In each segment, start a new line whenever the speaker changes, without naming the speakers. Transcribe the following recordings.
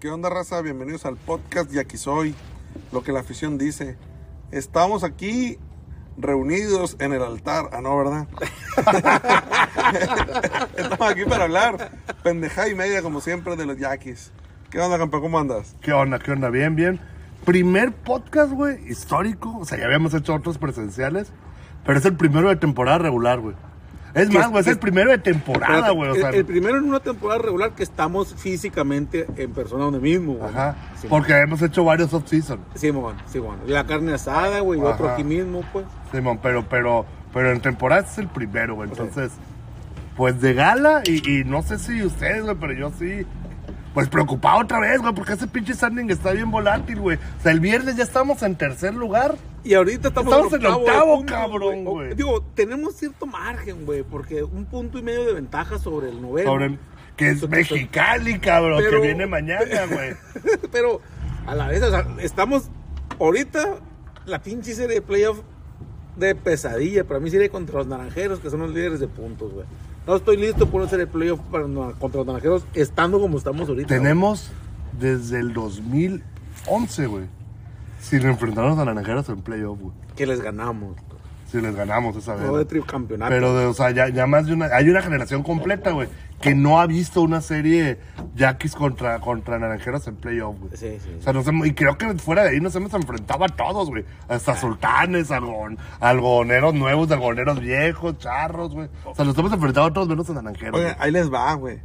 ¿Qué onda, raza? Bienvenidos al podcast Y aquí soy, lo que la afición dice. Estamos aquí reunidos en el altar. Ah, no, ¿verdad? Estamos aquí para hablar. Pendejada y media, como siempre, de los yaquis. ¿Qué onda, campeón? ¿Cómo andas?
¿Qué onda? ¿Qué onda? Bien, bien. Primer podcast, güey, histórico. O sea, ya habíamos hecho otros presenciales, pero es el primero de temporada regular, güey. Es más, güey, es el primero de temporada,
Espérate,
güey. O
el,
sea,
el primero en una temporada regular que estamos físicamente en persona donde mismo, güey.
ajá.
Sí,
Porque habíamos hecho varios off-season,
Simón, Simón. La carne asada, güey, y
Ajá.
otro aquí mismo, pues.
Simón, pero, pero, pero en temporada este es el primero, güey. Entonces, pues de gala, y, y no sé si ustedes, güey, pero yo sí. Pues preocupado otra vez, güey, porque ese pinche standing está bien volátil, güey. O sea, el viernes ya estamos en tercer lugar.
Y ahorita estamos,
Estamos en octavo,
de puntos,
cabrón, güey.
O- Digo, tenemos cierto margen, güey, porque un punto y medio de ventaja sobre el noveno. pues,
Sobre el- que es
Eso-
Mexicali, cabrón,
Pero-
que viene mañana, güey.
Pero a la vez, o sea, estamos ahorita la pinche serie de playoff de pesadilla. Para mí serie contra los naranjeros, que son los líderes de puntos, güey. No estoy listo por una serie de playoff para- contra los naranjeros, estando como estamos ahorita. güey.
Tenemos desde el 2011, güey. Sin enfrentarnos a Naranjeros en playoff, güey.
que les ganamos. güey.
Si les ganamos esa vez.
No
güey.
de tricampeonato.
Pero, de- o sea, ya, ya más de una. Hay una generación completa, güey, que no ha visto una serie Yaquis contra, contra Naranjeros en playoff, güey.
Sí, sí.
O sea, nos hemos- y creo que fuera de ahí nos hemos enfrentado a todos, güey.
Ah.
Hasta sultanes, algon- algodoneros nuevos, algodoneros viejos, charros, güey. O sea, nos hemos enfrentado a todos menos a naranjeros.
Oigan,
güey.
ahí les va, güey.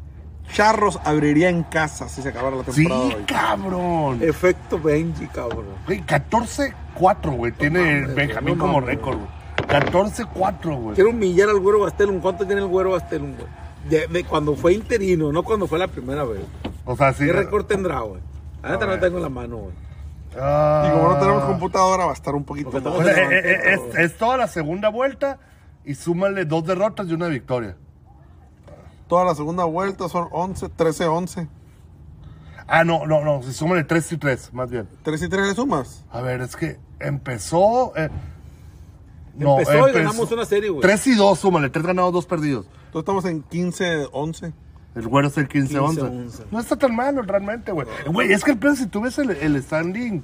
Charros abriría en casa si se acabara la
Sí,
temporada hoy.
cabrón.
Eh, Efecto Benji, cabrón.
Güey, 14-4, güey. Tiene
mames,
el
güey,
Benjamín
no
como
mames.
récord, güey. 14-4, güey.
Quiero humillar al güero Gastelum. ¿Cuánto tiene el güero Gastelum, güey? De, de cuando fue interino, no cuando fue la primera vez.
O sea, sí.
¿Qué récord tendrá, güey? La neta no
ver.
tengo en la mano, güey.
Ah.
Y como no tenemos computadora, va a estar un poquito
Porque
O
más.
sea,
estamos-
eh, eh, eh, es, es toda la segunda vuelta y súmale dos derrotas y una victoria.
Toda la segunda vuelta son 11, 13, 11.
Ah, no, no, no. Si súmale 3 y 3, más bien.
3 y 3 le sumas.
A ver, es que empezó. eh,
Empezó y ganamos una serie, güey.
3 y 2, súmale. 3 ganados, 2 perdidos.
Entonces estamos en 15, 11.
El güero es el
15-11.
15-11. No está tan malo realmente, güey. Güey, es que el pedo, si tú ves el, el standing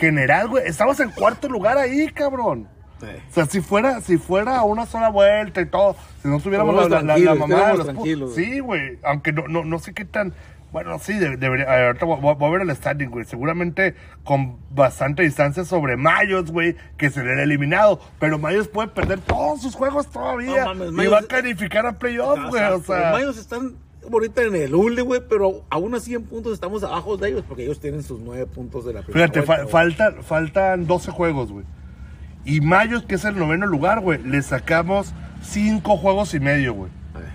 general, güey, estamos en cuarto lugar ahí, cabrón. O sea, si fuera, si fuera una sola vuelta y todo, si no tuviéramos la, la, la- la
Estuviéramos tranquilos,
mamada de
estuviéramos
los pu-
tranquilos, güey.
Sí, güey. Aunque no, no, no sé qué tan. Bueno, sí, de- debería. a ver, Ahorita voy, voy- voy a ver el standing, güey. Seguramente con bastante distancia sobre Mayos, güey, que se le ha eliminado. Pero Mayos puede perder todos sus juegos todavía.
No mames,
y
Mayos-
va a calificar a playoff, güey. pues, O sea.
Los mayos están ahorita en el hule, güey, pero aún así en puntos estamos abajo de ellos porque ellos tienen sus nueve puntos de la primera.
Fíjate,
vuelta,
fa-
güey.
faltan, faltan 12 juegos, güey. Y Mayos, que es el noveno lugar, güey, le sacamos 5 juegos y medio, güey.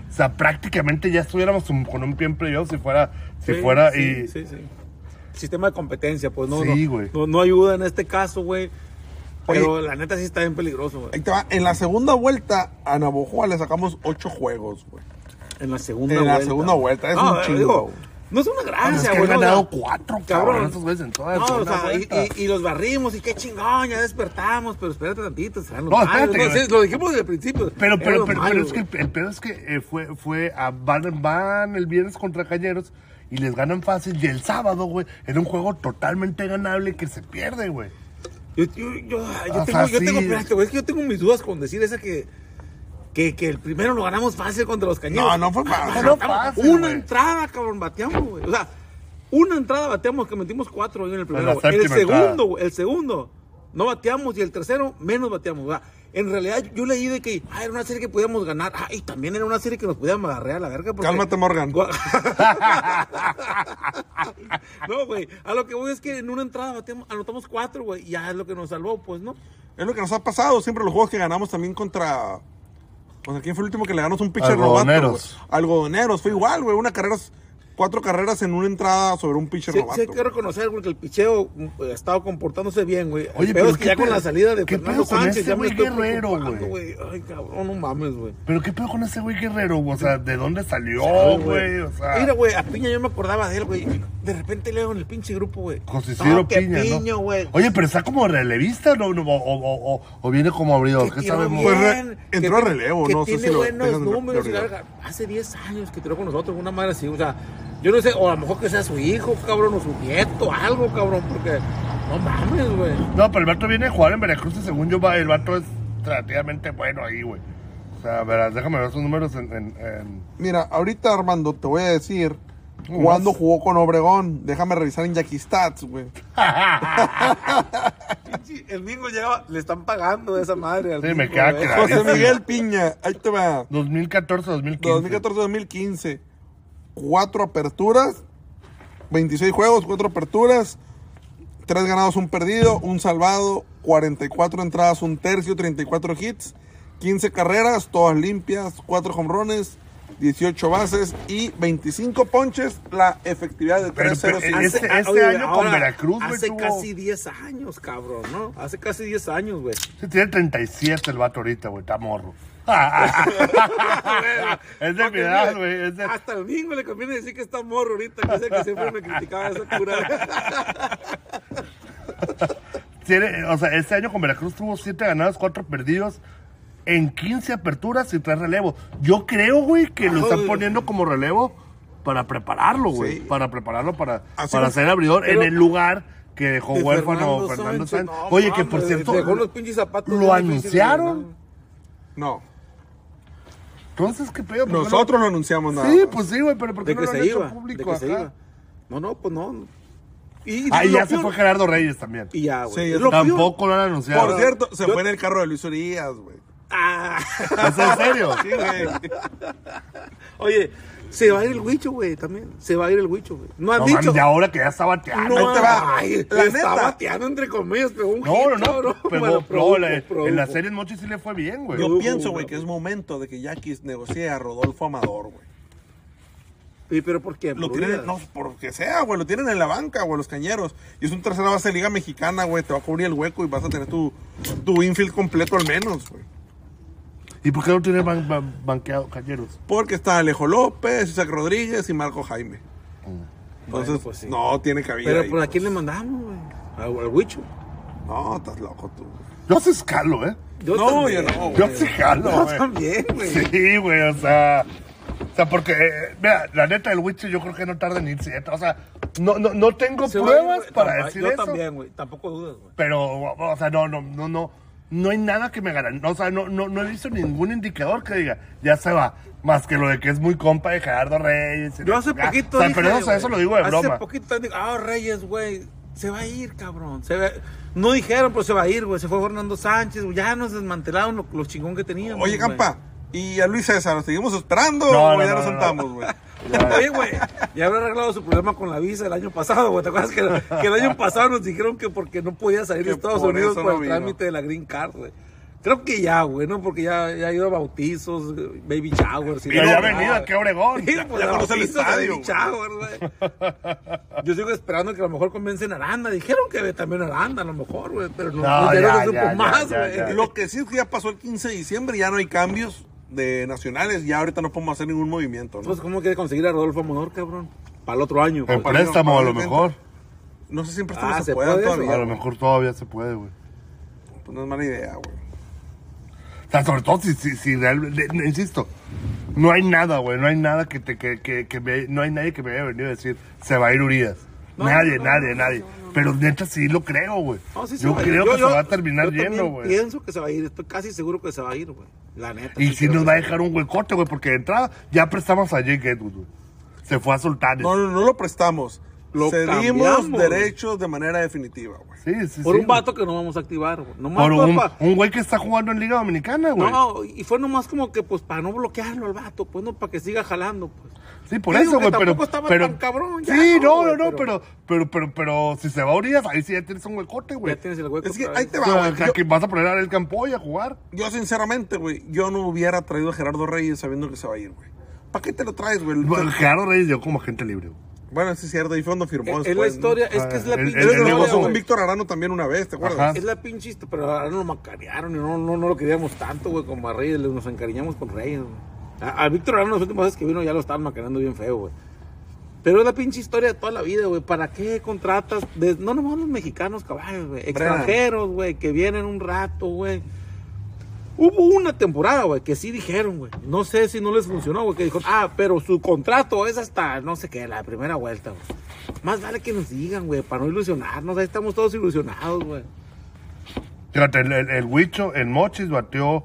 O sea, prácticamente ya estuviéramos un- con un pie en playoff si fuera, si
Sí,
fuera
sí,
y...
sí, sí. Sistema de competencia, pues no,
Sí,
no,
güey.
no, no ayuda en este caso, güey. Pero
Oye.
la neta sí está bien peligroso, güey.
Ahí te va. En la segunda vuelta a Navojoa le sacamos 8 juegos, güey.
En la segunda
En la
vuelta.
segunda vuelta, es un
eh,
chingo,
digo,
güey.
no es una
Ah,
gracia,
es que
güey.
han
no,
ganado
o sea,
4,
cabrón.
cabrón, esos güeyes en toda la
No, o
segunda
sea, y,
vuelta.
y- y los barrimos y qué chingón, ya despertamos, pero espérate tantito, serán los
No,
malos.
espérate,
no,
güey.
sí, lo dijimos desde el principio.
Pero,
eran
pero, pero,
los
pero
malos,
es que
güey.
el, el pedo es que eh, fue, fue a van, van el viernes contra Cañeros y les ganan fácil. Y el sábado, güey, era un juego totalmente ganable que se pierde, güey.
Yo, yo, yo, yo
O
tengo,
sea,
yo
sí.
tengo, espérate, güey, es que yo tengo mis dudas con decir esa que, que, que el primero lo ganamos fácil contra los cañeros. Ah,
No, no fue fácil.
No fácil,
una
güey.
entrada, cabrón, bateamos, güey. O sea, una entrada bateamos que metimos cuatro ahí en el
la
primero. güey. El
séptima entrada.
segundo, güey, el segundo, no bateamos y el tercero, menos bateamos. O sea, en realidad yo leí de que ah, era una serie que podíamos ganar. Ah, y también era una serie que nos podíamos agarrar a la verga. porque-
Cálmate, Morgan.
Gua- no, güey. A lo que voy es que en una entrada bateamos- anotamos cuatro, güey. y Ya es lo que nos salvó, pues, ¿no?
Es lo que nos ha pasado siempre los juegos que ganamos también contra O sea, ¿quién fue el último que le ganamos un pitcher novato? güey?
Algodoneros.
Algodoneros, fue igual, güey. Una carrera, cuatro carreras en una entrada sobre un pitcher
Sí,
novato.
sí hay que
güey.
reconocer, güey, que el picheo mm, ha estado comportándose bien, güey. El
Oye,
pedo
pero
es que
¿qué
ya con
pedo-
la salida de
qué
Fernando
pedo con
Sánchez
este
ya me
güey
estoy
Guerrero,
preocupando,
güey?
Ay, cabrón, no mames, güey.
Pero qué pedo con ese güey guerrero, güey? O sea, ¿de dónde salió,
Ay,
güey? O sea,
Mira, güey, a Piña yo me acordaba de él, güey. De repente leo en el pinche grupo, güey.
con Cicero
No, que
Piña, ¿no?
Piño, güey.
Oye, pero está como relevista, ¿no? No, O, o- o- o viene como abridor,
que
¿qué
tiró
sabemos?
bien,
Pues re-
que
entró a
ti-
relevo,
que
no sé si
tiene
lo tengas
buenos
de
números. y la
prioridad.
verga. hace 10 años que tiró con nosotros, una madre así, o sea, yo no sé, o a lo mejor que sea su hijo, cabrón, o su nieto, algo, cabrón, porque no mames, güey.
No, pero el vato viene a jugar en Veracruz y según yo, va- el vato es relativamente bueno ahí, güey. O sea, verás, déjame ver sus números en... en- en-
Mira, ahorita Armando te voy a decir
No,
cuándo
no sé.
jugó con Obregón. Déjame revisar en Yaquistats, güey.
Pinche- El bingo llegaba, le están pagando esa madre. al eh.
Sí, me
bingo,
queda
güey.
claro.
José Miguel Piña, ahí te va.
2014, 2015.
2014-2015. Cuatro aperturas, 26 juegos, cuatro aperturas, tres ganados, un perdido, un salvado, 44 entradas, un tercio, 34 hits, 15 carreras, todas limpias, cuatro jonrones, 18 bases y 25 ponches, la efectividad de
Pero,
3
pero, Este-
ah,
este año con Veracruz, güey,
Hace
tuvo-
casi 10 años, cabrón, ¿no? Hace casi 10 años, güey.
Sí, tiene 37 el vato ahorita, güey, está morro. es de mi
Aunque,
edad,
Ah, mira,
güey. es de-
Hasta el bingo le conviene decir que está morro ahorita, que sé que siempre me criticaba esa cura.
tiene- o sea, este año con Veracruz tuvo 7 ganados, 4 perdidos, en 15 aperturas y 3 relevos. Yo creo, güey, que lo están
Ay.
poniendo como relevo para prepararlo, güey.
Sí.
Para prepararlo para,
Así
para
es.
ser abridor
Pero-
en el lugar que dejó
de
huérfano Fernando, Sánchez.
no
Oye, que por
mames,
Ah, cierto,
Dejó los pinches zapatos.
lo
bien difíciles,
anunciaron.
¿no?
No,
Entonces, ¿qué pedo? ¿Por qué no-
nosotros lo anunciamos nada.
Sí,
más.
pues sí, güey, pero ¿por qué
De
no
que
lo han
se
hecho
iba. De
público
que se
ajá?
iba. No, no, pues no. Y,
Ah, y
lo
ya se
peor-
fue Gerardo Reyes también.
Y ya, güey.
Sí,
Es lo peor.
Tampoco lo han anunciado.
Por cierto, se
Yo-
fue en el carro de Luis Urias, güey.
Ah.
¿Es en serio?
Sí, güey.
Oye, se va a ir el huicho, güey, también. Se va a ir el huicho, güey. No han
No,
dicho.
mames, y ahora que ya está bateando.
No,
Ahí te va.
ay,
La
está
neta.
bateando entre comillas, pegó un
No, no,
hit,
no.
cabrón.
Pero,
Bueno,
no,
produjo,
la- en
produjo.
la serie en Mochi sí le fue bien, güey.
Yo
Produjo
pienso, güey,
una-
que es momento de que Yaquis negocie a Rodolfo Amador, güey.
Sí, pero ¿por qué?
Lo
Por
tienen,
vida.
no, porque sea, güey, lo tienen en la banca, güey, los cañeros. Y es un tercera base de liga mexicana, güey, te va a cubrir el hueco y vas a tener tu, tu infield completo al menos, güey.
¿Y por qué no tiene ban- ban- banqueado Cañeros?
Porque está Alejo López, Isaac Rodríguez y Marco Jaime. Entonces,
Bueno, pues sí.
no tiene cabida
Pero
ahí,
¿por a quién le
pues.
mandamos, güey? Al, al huicho.
No, estás loco tú. güey.
Yo sí escalo, ¿eh?
No,
también,
yo no,
güey.
Yo sí jalo,
Yo
güey.
también, güey.
Sí, güey, o sea... O sea, porque, eh, mira, la neta, el Witcher yo creo que no tarda en irse. ¿eh? O sea, no, no, no tengo
Se va a ir,
pruebas
güey.
para
Tampa-
decir
yo
eso.
también, güey. Tampoco dudas, güey.
Pero, o sea, no, no, no, no. No hay nada que me garantice. O sea, no, no, no he visto ningún indicador que diga, ya se va. Más que lo de que es muy compa de Gerardo Reyes. y
Yo
la
hace
chingada.
poquito.
O sea,
dije,
pero eso,
güey,
eso lo digo de broma.
Hace poquito dije, ah, Reyes, güey, se va a ir, cabrón. Se va- No dijeron, pero se va a ir, güey. Se fue Fernando Sánchez, güey. Ya nos desmantelaron lo, lo chingón que teníamos.
Oye,
güey.
campa, ¿y a Luis César lo seguimos esperando
No,
o
no,
ya
no,
nos
no, no.
sentamos, güey?
Oye, güey, ya habrá arreglado su problema con la visa el año pasado, güey. ¿Te acuerdas que, que el año pasado nos dijeron que porque no podía salir de
Que
Estados
por
Unidos
eso
por
no
el
vino.
trámite de la Green Card, güey? Creo que ya, güey, ¿no? Porque ya, ya ha ido a bautizos, baby showers. y
Pero
la
ya ha
mamada,
venido
güey.
aquí a Obregón.
Sí, pues,
ya
a
conoce el
bautizos, a
estadio,
baby showers, güey. Yo sigo esperando que a lo mejor convencen a Aranda. Dijeron que también Aranda, a lo mejor, güey. Pero no,
No,
no,
ya,
ya,
ya, ya,
más,
ya,
güey.
ya.
Lo que sí es que ya pasó el 15 de diciembre, ya no hay cambios de nacionales, ya ahorita no podemos hacer ningún movimiento, ¿no?
Entonces, pues, ¿cómo quiere conseguir a Rodolfo Amador, cabrón? Para el otro año.
En
Compa, digo,
préstamo, a lo
probablemente.
mejor.
No sé si en préstamo
Ah,
se,
¿se
puedan
puede eso?
todavía.
A lo mejor todavía se puede, güey.
Pues no es mala idea, güey.
O sea, sobre todo si, si, si realmente, ne- insisto, no hay nada, güey, no hay nada que te, que, que, que me- no hay nadie que me haya venido a decir, se va a ir Urias.
No,
nadie,
no,
nadie,
no,
nadie.
no, no, no.
Pero neta sí lo creo, güey.
No, sí se
yo
va a ir.
creo que
yo-
se va a terminar
yo también
yendo, güey.
Pienso que se va a ir, estoy casi seguro que se va a ir, güey. La neta.
Y
sí
si
creo
nos
que
va a
sí.
dejar un huecote, güey, porque de entrada ya prestamos a Jake Edwards, güey. Se fue a Sultanes.
No, no, no lo prestamos.
Lo
Cedimos
cambiamos.
derechos de manera definitiva, güey.
sí, sí,
Por
sí,
un vato que no vamos a activar, güey. Nomás
Por
pa-
un,
pa-
un güey que está jugando en Liga Dominicana, güey.
No, y fue nomás como que, pues, para no bloquearlo al vato, pues, no, para que siga jalando, pues.
Sí, por
Digo
eso,
que
güey, pero.
tampoco estaba
pero-
tan cabrón, ya,
sí, no, no, no,
güey, pero-
pero, pero, pero, pero, si se va a orillas, ahí sí ya tienes un huecote, güey.
Ya tienes el hueco.
Es que
otra
ahí
vez.
te
O sea,
va, güey.
que-
Yo-
que vas a poner a Ariel Campoy a jugar.
Yo, sinceramente, güey, yo no hubiera traído a Gerardo Reyes sabiendo que se va a ir, güey. ¿Para qué te lo traes,
Pues,
güey?
Bueno, Gerardo Reyes llegó como agente libre. güey.
Bueno, sí es cierto, ahí fue donde firmó.
Es, es Eh, la
después, ¿no?
historia, es que es la
Ah, el-
pinche
Él es lo
el
historia,
negocio.
pasó
güey.
con Víctor Arano también una vez, ¿te acuerdas?
Ajá.
Es la pinche historia, pero ahora nos macarearon y no, no, no lo queríamos tanto, güey, como a Reyes, le- nos encariñamos con Reyes. güey. A, a Víctor Arano las últimas veces que vino ya lo estaban macareando bien feo, güey. Pero es la pinche historia de toda la vida, güey. ¿Para qué contratas? de- no nomás los mexicanos, caballos, güey. Extranjeros, güey, que vienen un rato, güey. Hubo una temporada, güey, que sí dijeron, güey. No sé si no les funcionó, güey, que dijo, ah, pero su contrato es hasta, no sé qué, la primera vuelta, güey. Más vale que nos digan, güey, para no ilusionarnos. Ahí estamos todos ilusionados, güey.
Fíjate, el, el, el Huicho en Mochis batió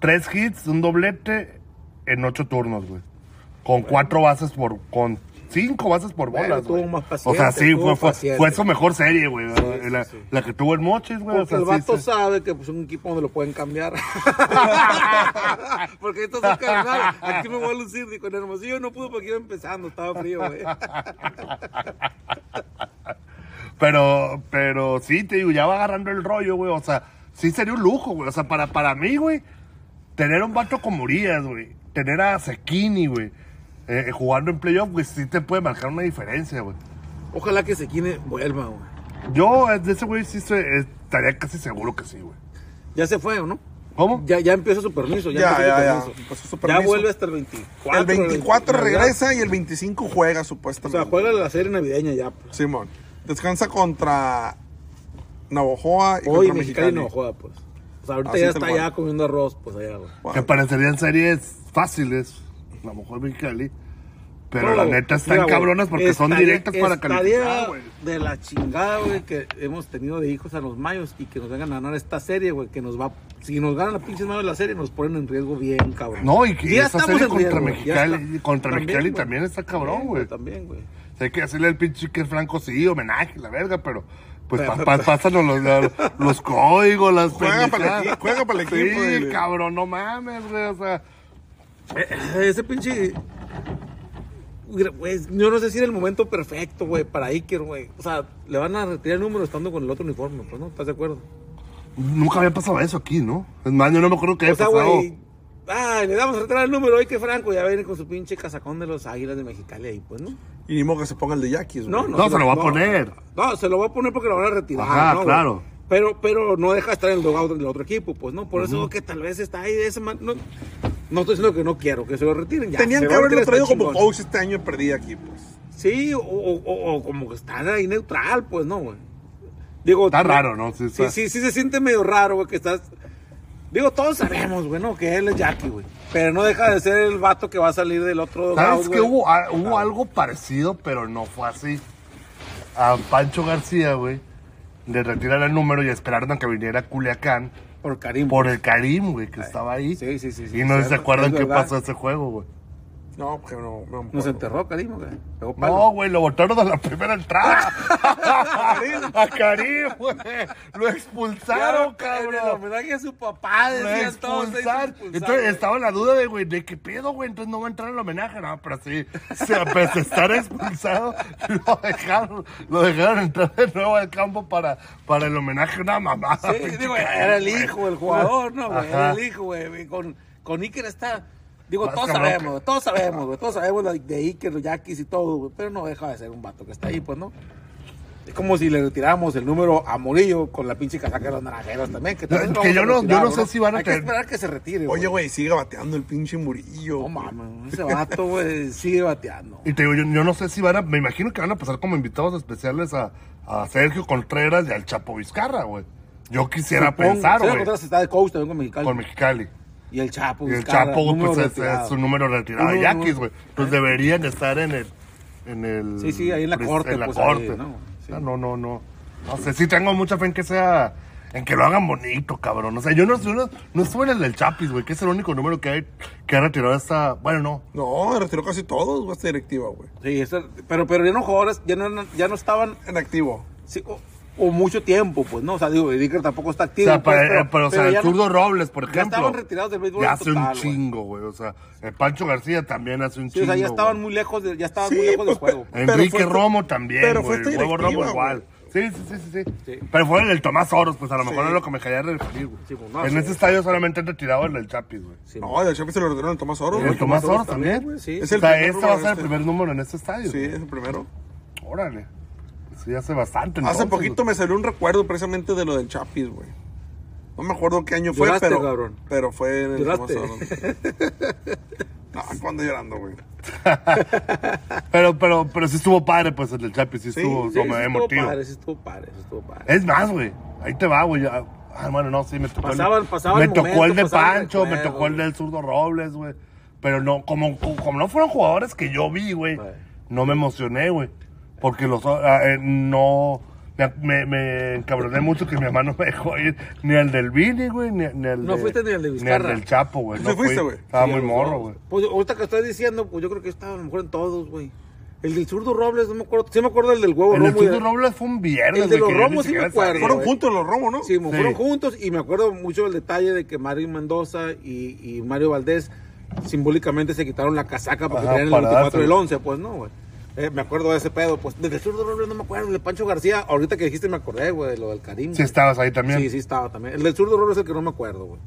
tres hits, un doblete en ocho turnos, güey. Con cuatro bases por. Con cinco bases por
Bueno,
bolas,
tuvo
güey.
más
O sea,
paciencia,
sí,
tuvo
fue, fue,
paciencia.
fue su mejor serie, güey.
sí,
la,
sí.
la que tuvo en Mochis, güey. O
Porque
sea,
el
sí,
vato
sí.
sabe que pues, es un equipo donde lo pueden cambiar. Porque esto es un carnal. Aquí me voy a lucir. Dijo, en Hermosillo no pudo porque iba empezando. Estaba frío, güey.
Pero, pero sí, te digo, ya va agarrando el rollo, güey. O sea, sí sería un lujo, güey. O sea, para, para mí, güey, tener un vato como Urias, güey. Tener a Sekini, güey. eh, jugando en playoff, güey, sí te puede marcar una diferencia, güey.
Ojalá que Sequine vuelva, güey.
Yo eh, de ese güey sí se- eh, estaría casi seguro que sí, güey.
Ya se fue, ¿o no?
¿Cómo?
Ya, ya empieza su permiso. Ya,
Ya,
empezó
ya, ya.
su permiso.
Empezó su
Ya
permiso.
vuelve hasta el 24.
El 24
Navidad.
regresa y el 25 juega,
O
supuestamente.
sea, juega la serie navideña ya. pues.
Simón. Descansa contra Navojoa y
Hoy
contra
Mexicali
Mexicali.
no juega, pues. O sea, ahorita
Así
ya
es el
está
juego.
ya comiendo arroz, pues allá, güey.
Wow.
Que parecerían series fáciles, a lo mejor Mexicali. Pero la neta están
Mira, güey,
cabronas porque son
estaría-
directas para
estaría
calificar, güey.
de la chingada, güey, que hemos tenido de hijos a los mayos y que nos vengan a ganar esta serie, güey, que nos va... Si nos ganan la pinche manos de la serie, nos ponen en riesgo bien, cabrón.
No, y que
Ya
esa
estamos
serie
en
contra
güey, ya
Mexicali-
está.
contra Mexicali
güey.
también está cabrón,
También,
güey.
También, güey.
Hay que hacerle al pinche que Franco sí, homenaje, la verga, pero pues pa-
Pero-
pa- pásanos los, los, los códigos, las
Juega pa'l
pendejadas.
equi- juega pa'l equipo,
Sí,
dile.
cabrón, no mames, güey, o sea,
Eh, Ese pinche. Mira, güey, yo no sé si era el momento perfecto, güey, para Iker, güey. O sea, le van a retirar el número estando con el otro uniforme, pues, ¿no? ¿Estás de acuerdo?
nunca había pasado eso aquí, ¿no? Es más, yo no me acuerdo que haya
O sea,
pasado.
güey. Ay, le damos a retirar el número hoy que Franco ya viene con su pinche casacón de los águilas de Mexicali ahí, pues, ¿no?
Y ni modo que se ponga el de Yaquis, güey.
No, no.
No, se lo va a poner.
No, se lo va a poner porque lo van a retirar.
Ajá,
¿no, güey?
claro.
Pero, pero no deja de estar en el dugout del otro equipo, pues, ¿no? Por eso que tal vez está ahí de esa man- No, no estoy diciendo que no quiero que se lo retiren. Ya,
Tenían
se
que
va a
haberlo
retirar
traído
este
como
chingón.
coach este año y perdí aquí, pues.
Sí, o, o- o- o como que está ahí neutral, pues, ¿no, güey? Digo,
Está
tú-
raro, ¿no? Sí,
Sí,
está-
sí, sí se siente medio raro, güey, que estás... Digo, todos sabemos, güey, ¿no? Que él es Jackie, güey. Pero no deja de ser el vato que va a salir del otro...
¿Sabes
que
que hubo, a- hubo algo parecido, pero no fue así? A Pancho García, güey, le retiran el número y esperaron a que viniera a Culiacán
Por Karim.
por el Karim, güey, que estaba ahí.
pues. sí, sí, sí, sí,
Y no
es
se
cierto,
acuerdan
es
qué
verdad.
pasó ese juego, güey.
No, porque no. no me
Nos
acuerdo.
enterró Karim, güey. Pegó palo.
No, güey, lo botaron a la primera entrada. a Karim, güey. Lo expulsaron,
En el
cabrón.
homenaje a su papá,
Lo
decían todos. ahí se
expulsaron.
expulsaron.
Entonces estaba la duda de, güey, ¿de qué pedo, güey? Entonces no va a entrar en el homenaje. No, pero sí, se, pues, estar expulsado, lo dejaron, lo dejaron entrar de nuevo al campo para, para el homenaje. Una mamá.
Sí, digo, era el hijo, el jugador, ¿no, güey?
Ajá.
Era el hijo, güey. Y Con, con Iker está. Digo,
Más
todos
cabrón
sabemos, güey, todos sabemos, güey. Todos sabemos la- de Iker, los Yaquis y todo, güey. Pero no deja de ser un vato que está ahí, pues, ¿no? Es como si le retiramos el número a Murillo con la pinche casaca de los naranjeros también. Que, también
No,
lo
que
vamos
yo no- yo
retirar,
no sé si van a
Hay
tener-
que esperar que se retire,
Oye, güey, sigue bateando el pinche Murillo.
No
güey.
mames, ese vato, güey, sigue bateando.
Y te digo, yo, yo no sé si van a, me imagino que van a pasar como invitados especiales a, a Sergio Contreras y al Chapo Vizcarra, güey. Yo quisiera
Supongo-
pensar,
Sergio
güey,
Contreras está de coach también con Mexicali.
con Mexicali.
Y el Chapo.
Y el
Vizcarra,
Chapo, güey,
número
pues es,
retirado.
es un número retirado de
Uno,
Yaquis,
uno.
güey. Pues deberían de estar en el, en el...
Sí, sí, ahí en la corte,
En la
pues,
corte.
ahí, ¿no? Sí.
Ah, no, no, no. No sé, sí tengo mucha fe en que sea... En que lo hagan bonito, cabrón. O sea, yo no, yo no, no estuve en el del Chapis, güey, que es el único número que, hay, que ha retirado hasta... Bueno, no.
No, retiró casi todos, güey, esta directiva, güey.
Sí, eso- pero, pero ya no jugadores, ya no, eran- ya no estaban.
En activo.
sí, o- o mucho tiempo, pues, ¿no? O sea, digo, Dicker tampoco está
O
activo.
sea,
pues,
para- eh, pero, o sea, el
ya no-
zurdo Robles, por
ya
ejemplo.
estaban retirados del béisbol
Ya
en
hace
total,
un
güey.
chingo, güey. O sea, el Pancho García también hace un
Sí,
chingo.
o sea, ya estaban
güey.
muy lejos, de, ya estaban
Sí,
muy lejos del
pues,
juego.
pero-
Enrique
fue esta-
Romo también,
pero fue este
güey.
esta
El huevo
directiva,
Romo igual. Sí, sí, sí, sí, sí.
Sí.
Pero fue en el Tomás Oros, pues a lo mejor
Sí.
es lo que me quería referir, güey.
Sí, pues, no,
en
sí.
este estadio solamente han retirado el del Chapis, güey.
Sí,
No, el Chapis se lo retiraron el Tomás Oro.
el
güey.
Tomás Oros también, güey.
sí.
Es
O
el
sea,
primer
este
número
va a ser
de
el
este.
primer número en este estadio.
Sí,
güey.
es el primero.
Órale. Sí, hace bastante.
Hace
entonces,
poquito
güey.
me salió un recuerdo precisamente de lo del Chapis, güey. No me acuerdo qué año fue,
Lloraste,
pero,
cabrón.
pero fue en el
Lloraste.
Tomás Oro. no, cuando llorando, güey.
Pero, pero, pero sí estuvo padre, pues el del Chapis. Sí
Sí,
estuvo
Sí,
como
sí estuvo
emotivo.
padre, sí estuvo padre, sí estuvo padre.
Es más, güey. Ahí te va, güey. ya. Ah, bueno, no, sí, me tocó.
Pasaban-
el,
pasaban
Me
el momento,
tocó el de
pasaban el
Pancho, me
recuerdo,
tocó el
güey.
del zurdo Robles, güey. Pero no, como, como no fueron jugadores que yo vi, güey,
Güey.
no me emocioné, güey. Porque los ah, eh, no. Me, me, me encabroné mucho que mi mamá no me dejó ir ni al del Vini, güey, ni, ni al
No
de-
fuiste ni al de
Ni
Vizcarra.
al del Chapo, güey.
Sí
No fui.
fuiste, güey.
Estaba
Sí, a
muy
los
morro,
dos.
güey.
Pues ahorita que estás diciendo, pues yo creo que estaba a lo mejor en todos, güey. El del zurdo Robles, no me acuerdo. Sí me acuerdo del del huevo
El
Romo.
del
y
zurdo
del-
Robles fue un viernes,
El
güey,
de los
que yo ni
Romos sí me
siquiera
acuerdo,
sabía,
Fueron
güey.
juntos los Romos, ¿no?
Sí, fueron
Sí.
juntos y me acuerdo mucho el detalle de que Mario Mendoza y, y Mario Valdés simbólicamente se quitaron la casaca porque
Ajá,
tenían el
para
24 y el
dárselo.
11, pues no, güey. Eh, me acuerdo de ese pedo, pues desde el sur de Robles no me acuerdo, el de Pancho García, ahorita que dijiste me acordé, güey, de lo del Karim.
Sí,
güey.
estabas ahí también.
Sí, sí estaba también. El del sur de Robles es el que no me acuerdo, güey.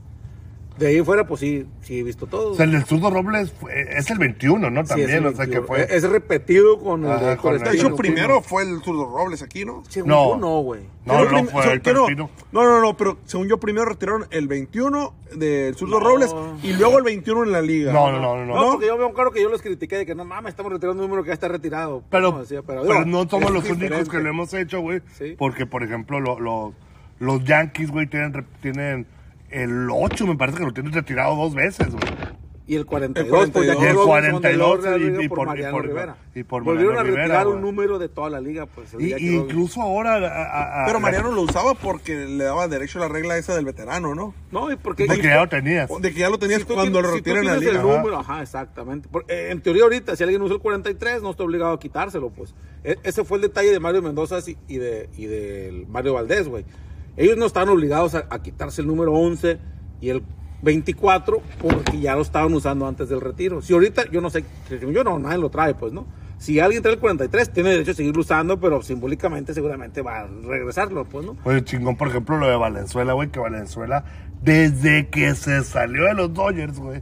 De ahí en fuera, pues sí, sí he visto todo.
O sea, el del zurdo Robles fue- es el 21, ¿no?
Sí, es el E-,
También, o sea, que
21.
fue...
Es repetido con el
Ajá,
de
con el-
De
Sí,
hecho,
los
primero fue el Zurdo Robles aquí, ¿no?
No.
no, no, güey.
No,
Creo
no,
prim-
fue
se-
el
creo-
Pepino.
No, no, no, pero según yo primero retiraron el 21 del Zurdo Robles y luego el 21 en la liga.
No, no, no, no.
No, porque yo veo claro que yo los critiqué de que no mames, estamos retirando un número que ya está retirado.
Pero,
no, decía,
pero,
digo,
no somos
es
los únicos
diferente.
que lo hemos hecho, güey.
Sí.
Porque, por ejemplo, lo- lo- los Yankees, güey, tienen, re- tienen el 8, me parece que lo tienen retirado dos veces, güey.
Y el 42,
El 42,
pues, ya
y el
llegó
42,
Robinson de Lorra,
y- y
por,
por- y
Mariano
por-
Rivera.
y por
Volvieron
Mariano
a
Rivera,
retirar un
güey.
número de toda la liga, pues. el
Y,
día que
y
Robinson-
incluso ahora... a- a- a-
Pero
Ah, la-
Mariano lo usaba porque le daba derecho a la regla esa del veterano, ¿no?
No, y porque.
Porque
y-
ya lo tenías.
De que ya lo tenías
si tú
cuando
tienes-
lo
si tú
retiran en la
tienes
liga.
el número, ajá, exactamente. Por- eh, en teoría, ahorita, si alguien usa el 43, no está obligado a quitárselo, pues. E- ese fue el detalle de Mario Mendoza y- y de, y del Mario Valdés, güey. Ellos no estaban obligados a, a quitarse el número 11 y el 24 porque ya lo estaban usando antes del retiro. Si ahorita, yo no sé, yo no, nadie lo trae, pues, ¿no? Si alguien trae el 43, tiene derecho a seguirlo usando, pero simbólicamente seguramente va a regresarlo, pues, ¿no?
Oye, chingón, por ejemplo, lo de Valenzuela, güey, que Valenzuela, desde que se salió de los Dodgers, güey,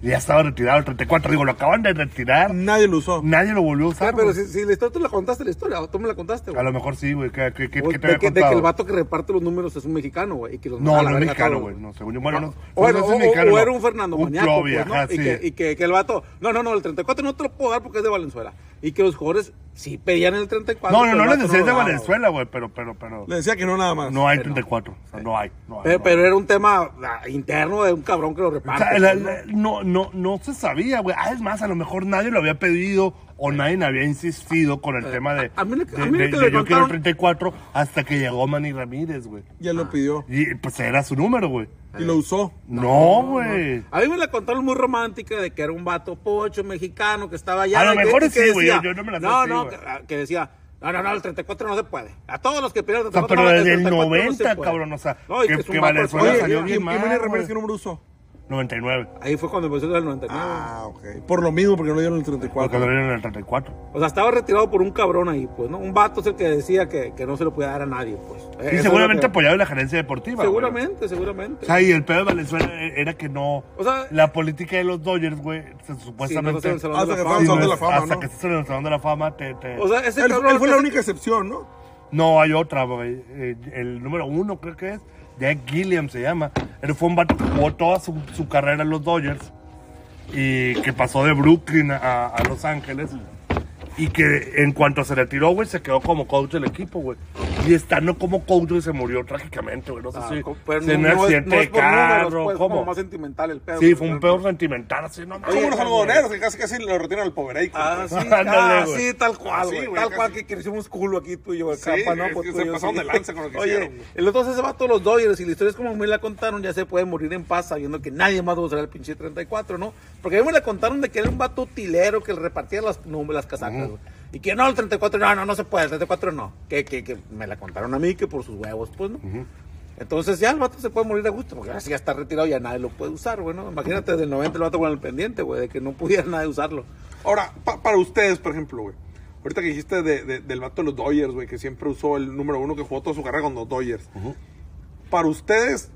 ya estaba retirado el 34. Digo, lo acaban de retirar,
Nadie lo usó.
nadie lo volvió a
Ah,
usar.
pero
güey.
si, si la historia, tú la contaste la historia, o tú me la contaste, güey.
A lo mejor sí, güey, que, que, que,
O
que te
de,
había
que, de que el
contado.
vato que reparte los números es un mexicano, güey. y que los manda
No,
Pues a la
no es
verga
mexicano,
todos, Ah,
güey. No, según yo, bueno, no.
O,
no
era-
sé si
o-
es mexicano,
o
no.
era un Fernando Maniaco,
Provi,
pues, ¿no?
ajá,
y,
ah, sí.
que, y que- que el vato, no, no, no, el 34 no te lo puedo dar porque es de Valenzuela. Y que los jugadores sí pedían el 34.
No, no,
pero
no
el
le
vato
decías
lo
de
daba,
Venezuela, güey, pero, pero, pero.
Le decía que no nada más.
No hay 34. O sea, no hay. No hay,
güey. Pe- Eh, Pero,
no hay.
era un tema ah, interno de un cabrón que lo
O sea,
reparte.
la-
pues, ¿no?
la- no, no, no se sabía, güey. Ah, es más, a lo mejor nadie lo había pedido o nadie había insistido con el tema de,
Eh, a mí lo que- a
de-
mí lo
de-
que
de
me
yo quiero el
contaron-
34 hasta que llegó Manny Ramírez, güey.
Ya lo pidió.
Y pues era su número, güey.
Y lo usó.
No, güey.
A mí me la contaron muy romántica de que era un vato pocho mexicano que estaba allá.
A lo
y que-
mejor
y que
sí, güey,
decía-
yo- yo no me la sé
No,
así,
no,
güey.
que, que decía, no, no, no, el 34 no se puede. A todos los que pidieron el
O sea,
34
pero
no,
desde el
34 no se
90,
puede.
cabrón, o sea,
No, y
que-
es un
que
vato
Venezuela
Oye,
pocho,
¿y,
salió
ya.
y,
bien
y
mal,
Manny Ramírez
güey.
qué número usó?
99.
Ahí fue cuando empezó el 99.
Ah, ok. Por lo mismo, porque no le dieron el 34.
Porque lo dieron en el 34.
O sea, estaba retirado por un cabrón ahí, pues, ¿no? Un vato es el que decía que, que no se lo podía dar a nadie, pues. Eh, eso
Y
es
seguramente
lo que-
apoyado en la gerencia deportiva. güey.
Seguramente,
O
seguramente.
sea, y el pedo de Valenzuela era que no.
O sea-
la política de los Dodgers, güey, se- supuestamente.
Sí, no, no se
Sí,
lo-
Ah, hasta que
Salón
fue al Salón
no,
de
es-
la Fama,
hasta
¿no?
que estés en el Salón de la Fama, te. te-
O sea, ese
Él,
cabrón...
él fue la
ese-
única excepción, ¿no?
no, hay otra, güey. Eh, El número uno, creo que es. Jack Gilliam se llama. Él fue un vato que jugó toda su, su carrera en los Dodgers. Y que pasó de Brooklyn a, a Los Ángeles. Y que en cuanto se retiró, güey, se quedó como coach del equipo, güey. Y estando como coach, güey, se murió trágicamente, güey. No sé
Ah,
si.
co- pero
si en un
no- no es-
accidente
no es
de
por números,
carro,
pues,
¿cómo?
como más sentimental el pedo.
Sí, fue un
pues,
peor sentimental, así, no mames.
Como los algodoneros, que casi casi lo retiran al Poverey.
Ah, sí,
Ándale,
ah,
güey.
sí, tal cual,
Sí,
güey.
güey,
tal
casi.
cual que que hicimos culo aquí tú y yo,
Sí,
capa, ¿no?
es
Pues
que
tú
se
y yo,
pasaron
sí.
de lanza con lo que
Oye,
hicieron, güey.
el otro se va a todos los Dodgers y la historia es como me la contaron, ya se puede morir en paz sabiendo que nadie más va a usar el pinche 34, ¿no? Porque a mí me la contaron de que era un vato utilero que le repartía las, no, las casacas, güey. Y que no, el 34 no, no, no se puede, el 34 no. Que, que, que me la contaron a mí, que por sus huevos, pues no. Entonces ya el vato se puede morir a gusto, porque ahora sí ya está retirado y ya nadie lo puede usar, güey. ¿no? Imagínate del 90 el vato con el pendiente, güey, de que no pudiera nadie usarlo.
Ahora, pa- para ustedes, por ejemplo, güey. Ahorita que dijiste de- de- del vato de los Dodgers, güey, que siempre usó el número uno que jugó toda su carrera con los Dodgers. Para ustedes,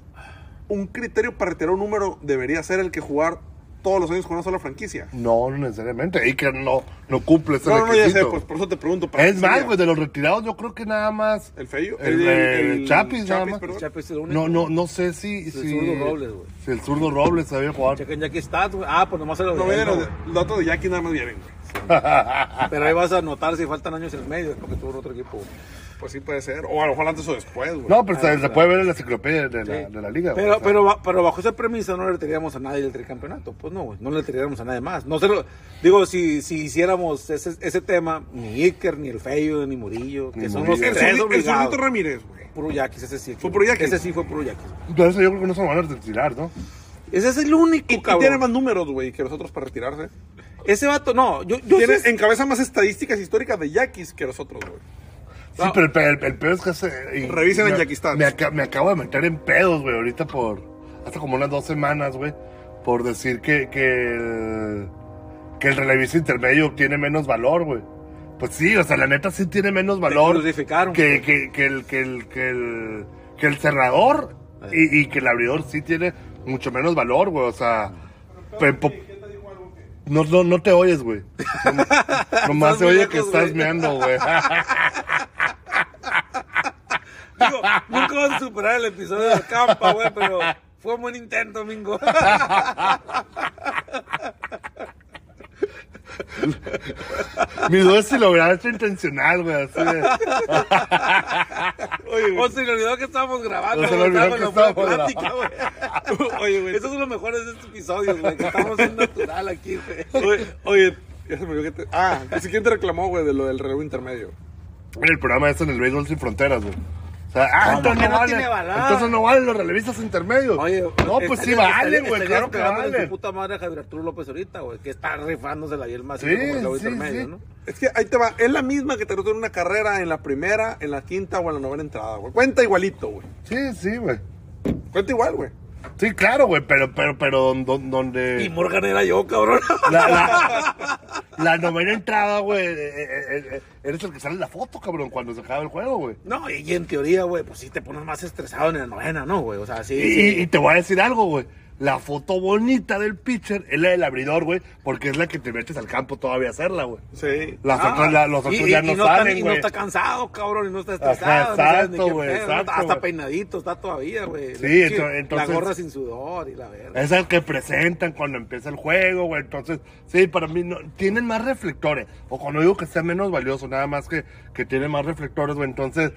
un criterio para retirar un número debería ser el que jugar todos los años con una sola franquicia.
No, no necesariamente. Y que no, no cumple ese
No, no, no, ya sé,
requisito.
pues por eso te pregunto. ¿para
es
qué
más,
sería?
güey, de los retirados yo creo que nada más...
¿El Feyo?
El,
El-
el
el
Chapis, nada
Chapis,
más.
perdón.
Chapis es el único.
No, no, no sé si... si
zurdo Robles, güey.
Si el zurdo Robles sabía jugar.
Chequen ya que está, güey. Ah, pues nomás se lo
No viene
dieron,
los los datos de Jackie, nada más vienen. güey.
güey. Pero ahí vas a notar si faltan años en medio, es porque tuvo otro equipo. güey.
Pues sí puede ser. O a lo mejor antes o después, güey.
No, pero se, se puede ver en la enciclopedia de la, de la liga. güey,
Ah,
o
Pero,
sea.
pero, ba- pero bajo esa premisa no le retiríamos a nadie del tricampeonato. Pues no, güey, no le retiríamos a nadie más. No se lo, digo, si, si hiciéramos ese, ese tema, ni Iker, ni el Feyo, ni Murillo, que
Ni
son
Murillo.
los
el,
tres
Zurdi- el
obligados.
Zurdito Ramírez, güey.
Puro Yaquis, ese sí.
Fue puro Yaquis.
Ese sí fue puro Yaquis. güey.
Entonces yo creo que no se lo van a retirar, ¿no?
Ese es el único,
Y, y
cabrón.
tiene más números, güey, que los otros para retirarse.
Ese vato, no, yo, yo
Tiene
sí-
en cabeza más estadísticas históricas de Yaquis que los otros, güey.
Sí, pero el, pe- el- el pedo es que hace... y-
Revisen
me-
en Yaquistán.
Me, aca- me acabo de meter en pedos, güey, ahorita por... Hace como unas dos semanas, güey, por decir que, que el... Que el relevista intermedio tiene menos valor, güey. Pues sí, o sea, la neta sí tiene menos valor
crucificaron.
que, que, que el, que, el, que, el, que el cerrador y, y que el abridor sí tiene mucho menos valor, güey. O sea, pe- po- no, no, no te oyes, güey. Nom- Nomás
Estás
se
muy
oye que
lejos,
estás
güey.
meando, güey.
Digo, nunca vas a superar el episodio del campa, güey, pero fue un buen intento, Mingo.
Mi duda es si lo hubiera hecho intencional, güey. Así de,
O se le olvidó que estábamos grabando.
O se le
güey,
olvidó
estábamos
que
en la pura
estábamos
plática, güey. Oye, güey. Esos son los mejores de estos episodios, güey, que estamos en natural aquí, güey.
Oye, oye, ya se me olvidó que te... Ah, así que te reclamó, güey, de lo del relevo intermedio.
el programa es en el Béisbol Sin Fronteras, güey. O sea, ah, entonces
que
no,
no
vale.
tiene valor?
Entonces no valen los relevistas intermedios. no, pues sí
estaría-
valen,
estaría-
güey.
estaría
Claro que
pegándole su
valen.
puta madre a Javier Arturo López ahorita, güey, que está rifándose la yelma así
Sí,
como el cabo
sí,
intermedio,
sí.
¿no?
Es que ahí te va. Es la misma que te retiene una carrera en la primera, en la quinta o en la novena entrada, güey. Cuenta igualito, güey.
Sí, sí, güey.
Cuenta igual, güey.
Sí, claro, güey, pero, pero, pero don- donde...
Y Morgan era yo, cabrón.
La, la, la novena entrada, güey. eh, eh, eh, Eres el que sale en la foto, cabrón, cuando se acaba el juego, güey.
No, y y en teoría, güey, pues sí te pones más estresado en la novena, ¿no, güey? O sea, sí. sí.
Y, y te voy a decir algo, güey. La foto bonita del pitcher es la del abridor, güey, porque es la que te metes al campo todavía a hacerla, güey.
Sí.
Las otras, la- los otros
y, y-
ya
y
no,
está-
salen,
y
güey.
no está cansado, cabrón, y no está estresado.
Ajá,
no sabes ni
exacto,
qué
güey,
pedo, no está-
exacto,
Hasta
güey.
peinadito está todavía, güey.
Sí,
La-
ento- entonces-
La gorra sin sudor y la verga.
Es el que presentan cuando empieza el juego, güey. Entonces, sí, para mí no, tienen más reflectores. O cuando digo que sea menos valioso, nada más que, que tienen más reflectores, güey. Entonces,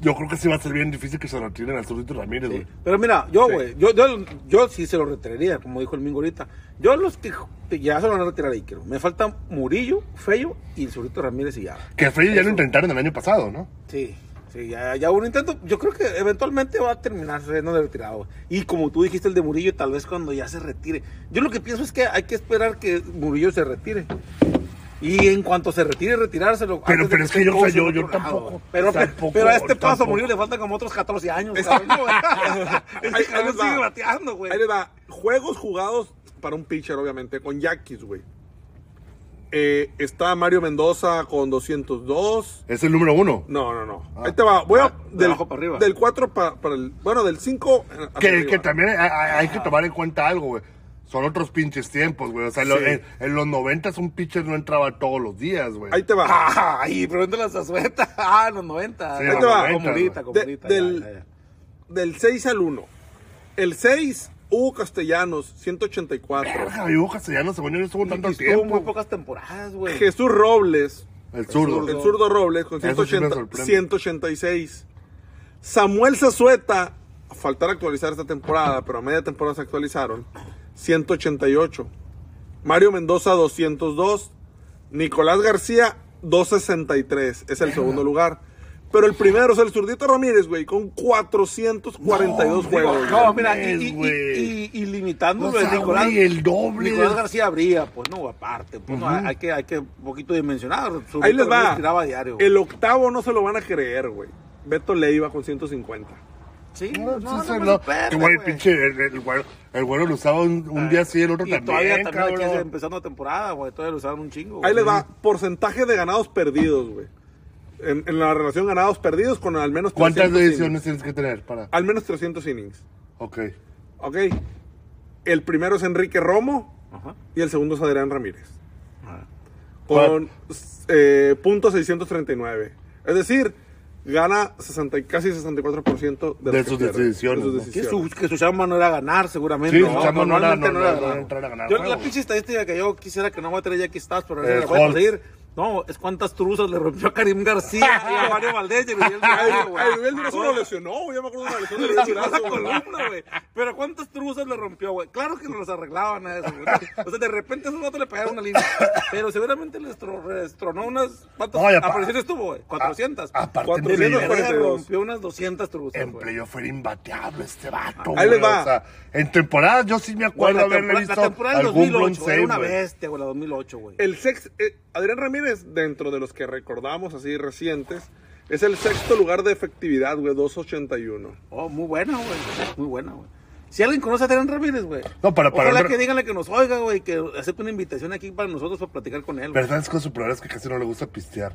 yo creo que sí va a ser bien difícil que se retiren al Zurdito Ramírez, güey.
Pero mira, yo, güey, yo, yo, yo sí se lo retiraría, como dijo el Mingo ahorita. Yo los que que ya se lo van a retirar a Iker. Me faltan Murillo, Feyo y el Zurito Ramírez y ya.
Que Freddy ya lo intentaron el año pasado, ¿no?
Sí, sí, ya, ya hubo un intento. Yo creo que eventualmente va a terminar siendo de retirado. güey. Y como tú dijiste, el de Murillo, tal vez cuando ya se retire. Yo lo que pienso es que hay que esperar que Murillo se retire. Y en cuanto se retire, retirárselo.
Pero-
antes de
pero es que
esté
yo-
coach en
yo-
otro
yo
lado,
tampoco-
güey. Pero,
tampoco-
pero a este paso,
tampoco.
Murillo le faltan como otros 14 años. cabrón, ¿no?
Ahí-
Este
ahí les
cabrón sigue
va.
bateando, güey.
Ahí les va. Juegos jugados para un pitcher, obviamente, con Yaquis, güey. Eh, está Mario Mendoza con 202.
Es el número uno.
No, no, no. Ahí te va. Voy a,
Ah, de abajo para arriba.
Del 4 para, el. Bueno, del eh, 5.
Que, que también hay, hay- hay que tomar en cuenta algo, güey. Son otros pinches tiempos, güey. O sea, lo-
Sí.
en, en los noventas un pitcher no entraba todos los días, güey.
Ahí te va.
Ah, ahí, pregúntale a Zazueta. Ah, en los 90.
Sí,
Ah,
en
los 90,
Como ahorita,
güey.
como
De-
ahorita, ya,
del,
ya, ya.
del 6 al 1. El 6, Hugo Castellanos, 184.
Verga, Hugo Castellanos, según yo, no estuvo tanto
Y Estuvo muy
tiempo.
pocas temporadas, güey.
Jesús Robles,
El zurdo.
el zurdo Robles, con
Eso sí me
180,
sorprende.
186. Samuel Zazueta, a faltar actualizar esta temporada, pero a media temporada se actualizaron, 188. Mario Mendoza, 202. Nicolás García, 263. Es el segundo lugar. Pero el primero, o sea, el zurdito Ramírez, güey, con 442 juegos. güey.
No, mira, y,
mames,
y- y-
güey.
y- y limitando
O sea,
de Nicolás,
güey, el doble.
Nicolás García habría, pues no, aparte, pues no, hay hay que, hay que un poquito dimensionar. su-
Ahí les va.
Tiraba diario.
El octavo no se lo van a creer, güey. Beto Leiva con 150.
Sí,
No,
no,
sí,
no,
sí,
no,
no.
espérate,
Que, güey,
güey. Ah,
pinche, el, el güero, el güero lo usaba un, un día así, el otro
Y
también,
todavía también aquí
cabrón.
es empezando temporada, güey, todavía lo usaban un chingo. güey.
Ahí les va. Porcentaje de ganados perdidos, güey. En, en la relación ganados perdidos con al menos
¿Cuántas
300
decisiones
innings.
tienes que tener para...?
Al menos 300 innings.
Ok.
Ok. El primero es Enrique Romo
Ajá.
y el segundo es Adrián Ramírez.
Ah.
Con eh, punto 639. Es decir, gana 60, y- casi 64% de,
De
las que
sus
pierde,
decisiones,
de
¿no?
sus
Que
decisiones.
su, que su chamba no era ganar, seguramente.
Sí, su chamba no era-
normalmente
no- no- no
ganar.
entrar a ganar
Yo, la
juegos.
pinche estadística que yo quisiera que no voy a traer ya aquí estás, pero
El
ahora la voy a
Hulk.
conseguir. No, es cuántas truzas le rompió a Karim García y a Mario Valdés y a Miguel Durazo, güey.
Ay, Miguel Durazo lo lesionó, güey, ya me acuerdo de la lesión de
Le
Miguel
chingó
Durazo,
la
güey.
columna, güey. Pero cuántas truzas le rompió, güey. Claro que no los arreglaban a eso, güey. O sea, de repente a esos vatos le pegaron una línea. Pero seguramente les, tro- les tronó unas. ¿Cuántas
Oye, apa-
apariciones tuvo, güey? 400.
A- aparte,
Cuatro-
en
le
playoff.
rompió unas 200 truzas,
En
güey.
playoff era imbateable este vato,
Ahí
güey,
les va.
o sea, en temporada yo sí me
Güey,
acuerdo
la,
haberle
temporada,
visto
la temporada del
algún
2008
bronce,
era una
güey.
bestia, güey, la 2008, güey.
El sexto, eh, Adrián Ramírez, dentro de los que recordamos así recientes, es el sexto lugar de efectividad, güey, 281.
Oh, muy buena, güey. Muy buena, güey. Si alguien conoce a Adrián Ramírez, güey.
No, para- para-
Ojalá que díganle que nos oiga, güey, que acepte una invitación aquí para nosotros para platicar con él. güey.
Verdad es que su problema es que casi no le gusta pistear.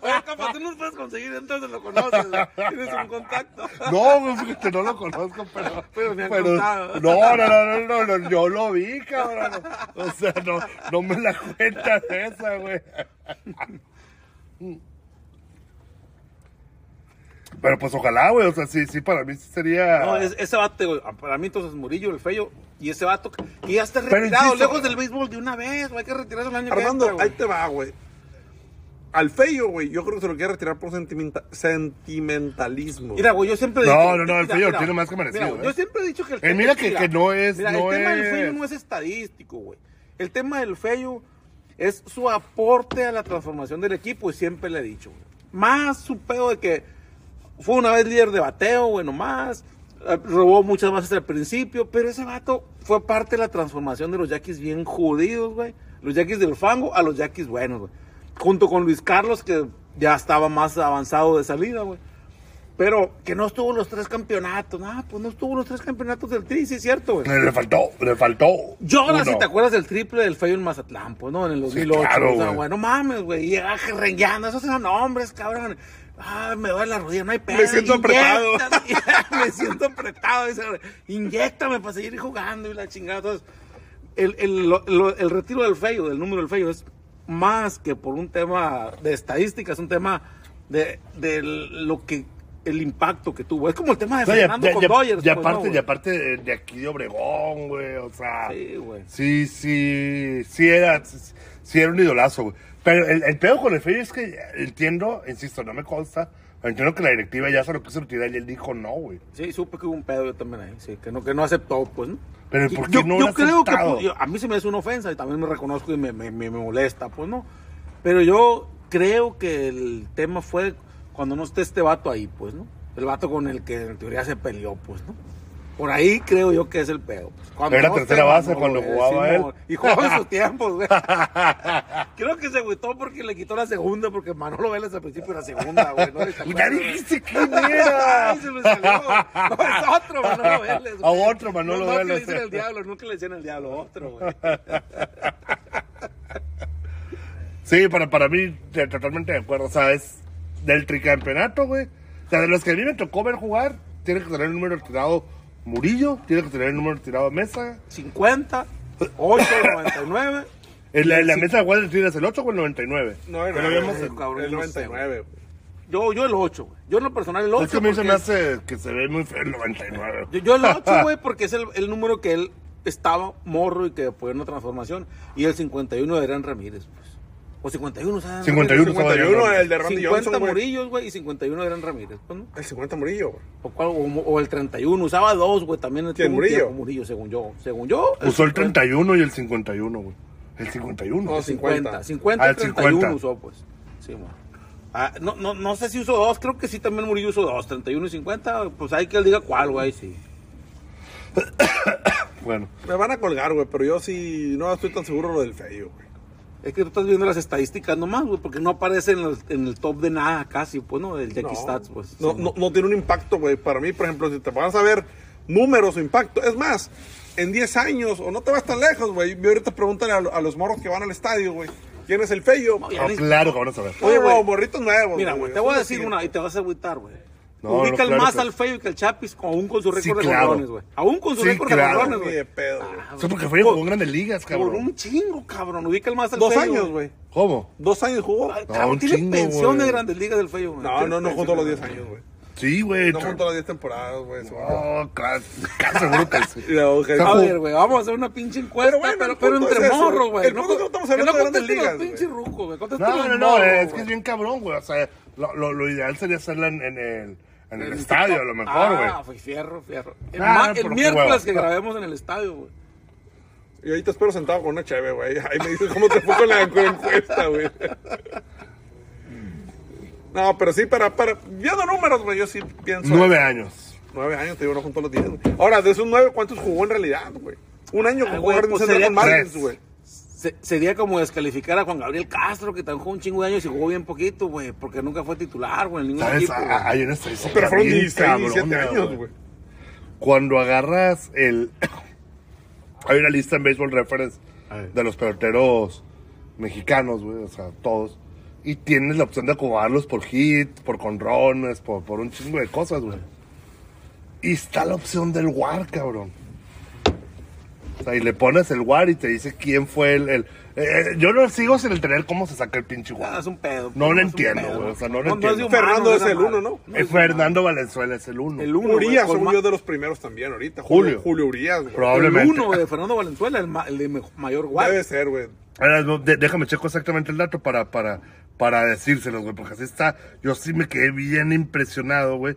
Oye, capaz tú nos puedes conseguir, entonces lo conoces, güey. Tienes un contacto.
No, güey, fíjate, no lo conozco, pero.
Pero me han
no,
contado.
no, no, no, no, no, yo lo vi, cabrón. O sea, no, no me la cuentas esa, güey. Pero pues ojalá, güey, o sea, sí, sí, para mí sí sería.
No, es- ese vato, güey, ah, para mí entonces Murillo, el feo, y ese vato que que ya está
Pero
retirado,
insisto-
lejos del béisbol de una vez, güey, hay que retirarse el año
Armando,
que entra,
ahí
güey.
te va, güey. Al Feyo, güey, yo creo que se lo quiere retirar por sentimenta- sentimentalismo.
Mira, güey, yo siempre he
No,
dicho-
no, no, el
mira,
Feyo
mira,
tiene más que merecido,
mira, güey,
¿eh?
Yo siempre he dicho que el
Eh, mira que- que no es-
mira,
no
el tema
es-
del Feyo no es estadístico, güey. El tema del Feyo es su aporte a la transformación del equipo, y siempre le he dicho, güey. Más su pedo de que fue una vez líder de bateo, güey, nomás. eh, Robó muchas bases al principio, pero ese vato fue parte de la transformación de los yaquis bien jodidos, güey. Los yaquis del fango a los yaquis buenos, güey. Junto con Luis Carlos, que ya estaba más avanzado de salida, güey. Pero que no estuvo los tres campeonatos. Ah, pues no estuvo los tres campeonatos del Tri, sí es cierto, güey.
Le, le faltó, le faltó.
Yo ahora
uno.
sí te acuerdas del triple del Feyo en Mazatlán, pues, ¿no? En el 2008.
claro,
o sea,
güey.
güey, no mames, güey. Y llegaba rengueando. Esos eran hombres, cabrón. Ah, me duele la rodilla, no hay pedo.
Me siento apretado.
apretado. me siento apretado. Dice, inyectame para seguir jugando y la chingada. Entonces, el, el, lo- lo- el retiro del Feyo, del número del Feyo, es más que por un tema de estadística, es un tema de, de lo que el impacto que tuvo. Es como el tema de
No, y a-
Fernando
y a-
con
y a-
Dodgers.
y
pues, ¿no,
aparte,
güey?
y aparte de, de aquí de Obregón, güey, o sea.
Sí, güey.
Sí, sí, sí era, sí, sí era un idolazo, güey. Pero el, el pedo con el Feyo es que entiendo, insisto, no me consta, pero entiendo que la directiva ya se lo quiso retirar y él dijo no, güey.
Sí, supe que hubo un pedo yo también ahí, sí, que no, que no aceptó, pues, ¿no?
Pero
Y
¿por qué
yo,
no
yo
lo ha
creo que
aceptado?
pues, yo- a mí se me hace una ofensa y también me reconozco y me, me, me- me molesta, pues, ¿no? Pero yo creo que el tema fue cuando no esté este vato ahí, pues, ¿no? El vato con el que en teoría se peleó, pues, ¿no? Por ahí creo yo que es el pedo. pues. Cuando
Era tercera
esté,
base
no,
cuando
güey,
jugaba él.
no, Y jugaba en sus tiempos, güey. Creo que se agüitó porque le quitó la segunda, porque Manolo Vélez al principio era segunda, güey. ¿no?
¡Ya dijiste quién era!
Ay, se me salió. No, es otro Manolo Vélez. güey.
A otro Manolo
no, no,
Vélez. eh.
que le dicen el diablo, nunca le decían el diablo, otro, güey.
Sí, para, para mí, te- totalmente de acuerdo. O sea, es del tricampeonato, güey. O sea, de los que a mí me tocó ver jugar, tiene que tener el número tirado Murillo, tiene que tener el número tirado Mesa.
50, 8, 99.
En la, en la mesa de Water tienes el 8 o el 99.
no,
Pero habíamos-
eh, cabrón,
el
no sé,
99. güey.
Yo, yo el 8, güey. Yo en lo personal el 8.
Es que a mí se me hace que se ve muy feo el 99.
Yo, yo el 8, güey, porque es el, el número que él estaba morro y que fue una transformación. Y el 51 de Adrián Ramírez, pues. O 51, ¿sabes?
51 estaba yo,
51, el de Randy
50
Johnson, güey.
Murillos, güey, y 51 de Adrián Ramírez, pues, ¿no?
El 50 Murillo, güey.
O, cuál, o, o el 31, usaba dos, güey, también.
¿Quién,
tuvo un
Murillo?
tiempo Murillo, según yo. Según yo.
Usó el
50.
31 y el 51, güey. El 51.
No, 50. 50,
Ah, el
31
50.
usó, pues. Sí, mo. Ah, no, no, no sé si usó dos, creo que sí también Murillo usó dos. 31 y 50, pues hay que él diga cuál, güey, sí.
Bueno,
Me van a colgar, güey, pero yo sí no estoy tan seguro lo del feyo, güey.
Es que tú estás viendo las estadísticas nomás, güey, porque no aparece en, los- en el top de nada casi, pues, ¿no? Del Jackie Stats, pues.
No,
Sí,
no, no tiene un impacto, güey. Para mí, por ejemplo, si te vas a ver números o impacto, es más, en 10 años o no te vas tan lejos, güey. Yo ahorita pregúntale a, lo- a los morros que van al estadio, güey. ¿Quién es el feyo?
No,
Oye,
ya
no,
ni-
claro que van a saber.
Oye,
güey,
güey.
morritos nuevos.
Mira,
güey,
güey, te voy a
eso
decir
sí.
una y te vas a agüitar, güey.
No, no,
Ubican
claro
más
que-
al Feyo que al Chapis, aún con su récord
Sí,
de
claro.
jonrones, güey. Aún con su
Sí,
récord de
claro.
jonrones,
Ni
güey.
de pedo, güey.
Ah,
O sea, porque fue jugó en grandes ligas,
Por
cabrón.
un chingo, cabrón. Ubica el más al
Dos
Feyo,
años, güey.
¿Cómo?
Dos años jugó.
Ay,
No,
cabrón,
un
tiene
chingo,
pensión
güey.
de Grandes Ligas del Feyo, güey.
No,
Tiene
no, no
pensión
juntó los
de
10
Grandes
años, güey.
Sí, güey.
No
tra-
juntó las 10 temporadas, güey. seguro.
No, casi, casi seguro que sí.
Y luego, que-
Está
A
jugó-
ver, güey, vamos a hacer una pinche encuesta, pero,
Pero bueno, el
pero
punto
entre
es eso,
morros,
güey.
güey.
El punto es que estamos hablando
que
de
no
grandes
contesten los
ligas,
pinches
güey.
rucos, güey. Contesten
No,
los
no, no,
morros,
es que
güey.
es bien cabrón, güey. O sea, lo, lo, lo ideal sería hacerla en, en el, en el
El
estadio, a lo mejor, güey.
Este, Ah, fue fierro, fierro. El,
Ah,
ma-
no,
el
pero qué
miércoles
hueva.
que grabemos en el estadio, güey.
Y ahorita espero sentado con una cheve, güey. Ahí me dices cómo te fue con la encuesta, güey. No, pero sí, para, para, viendo números, güey, yo sí pienso.
Nueve años.
Nueve años, te digo, no junto los diez, güey. Ahora, de esos nueve, ¿cuántos jugó en realidad, güey? Un año
Ay,
jugó
güey,
Ernie
pues
Sanders
sería
con Marlins,
tres.
güey.
Se- sería como descalificar a Juan Gabriel Castro, que tan jugó un chingo de años y jugó bien poquito, güey. Porque nunca fue titular, güey, en ningún
¿Sabes?
equipo.
Ah,
güey.
Hay una estadística
Pero fueron
bien
16, 17
cabrona,
años, güey.
Cuando agarras el... Hay una lista en Baseball Reference
A ver.
de los peloteros mexicanos, güey. O sea, todos. Y tienes la opción de acomodarlos por hit, por conrones, por, por un chingo de cosas, güey. Y está la opción del WAR, cabrón. O sea, y le pones el WAR y te dice quién fue el... el- eh, eh, yo no sigo sin entender cómo se saca el pinche
Ah,
WAR. Eh,
es un pedo.
No
pues,
lo
es un
entiendo,
pedo,
güey, o sea, no lo
es de
entiendo.
humano,
Fernando
no
es
de
el uno,
humano.
¿no?
Eh, Fernando Valenzuela es el uno.
El uno, güey,
Urias,
con
según
ma-
yo, de los primeros también ahorita.
Julio.
Julio Urias, güey.
El
Probablemente.
uno de Fernando Valenzuela, el, ma- el de mejo- mayor guardia.
Debe ser, güey.
Ahora, no, de- déjame checo exactamente el dato para, para, para decírselos, güey, porque así está. Yo sí me quedé bien impresionado, güey,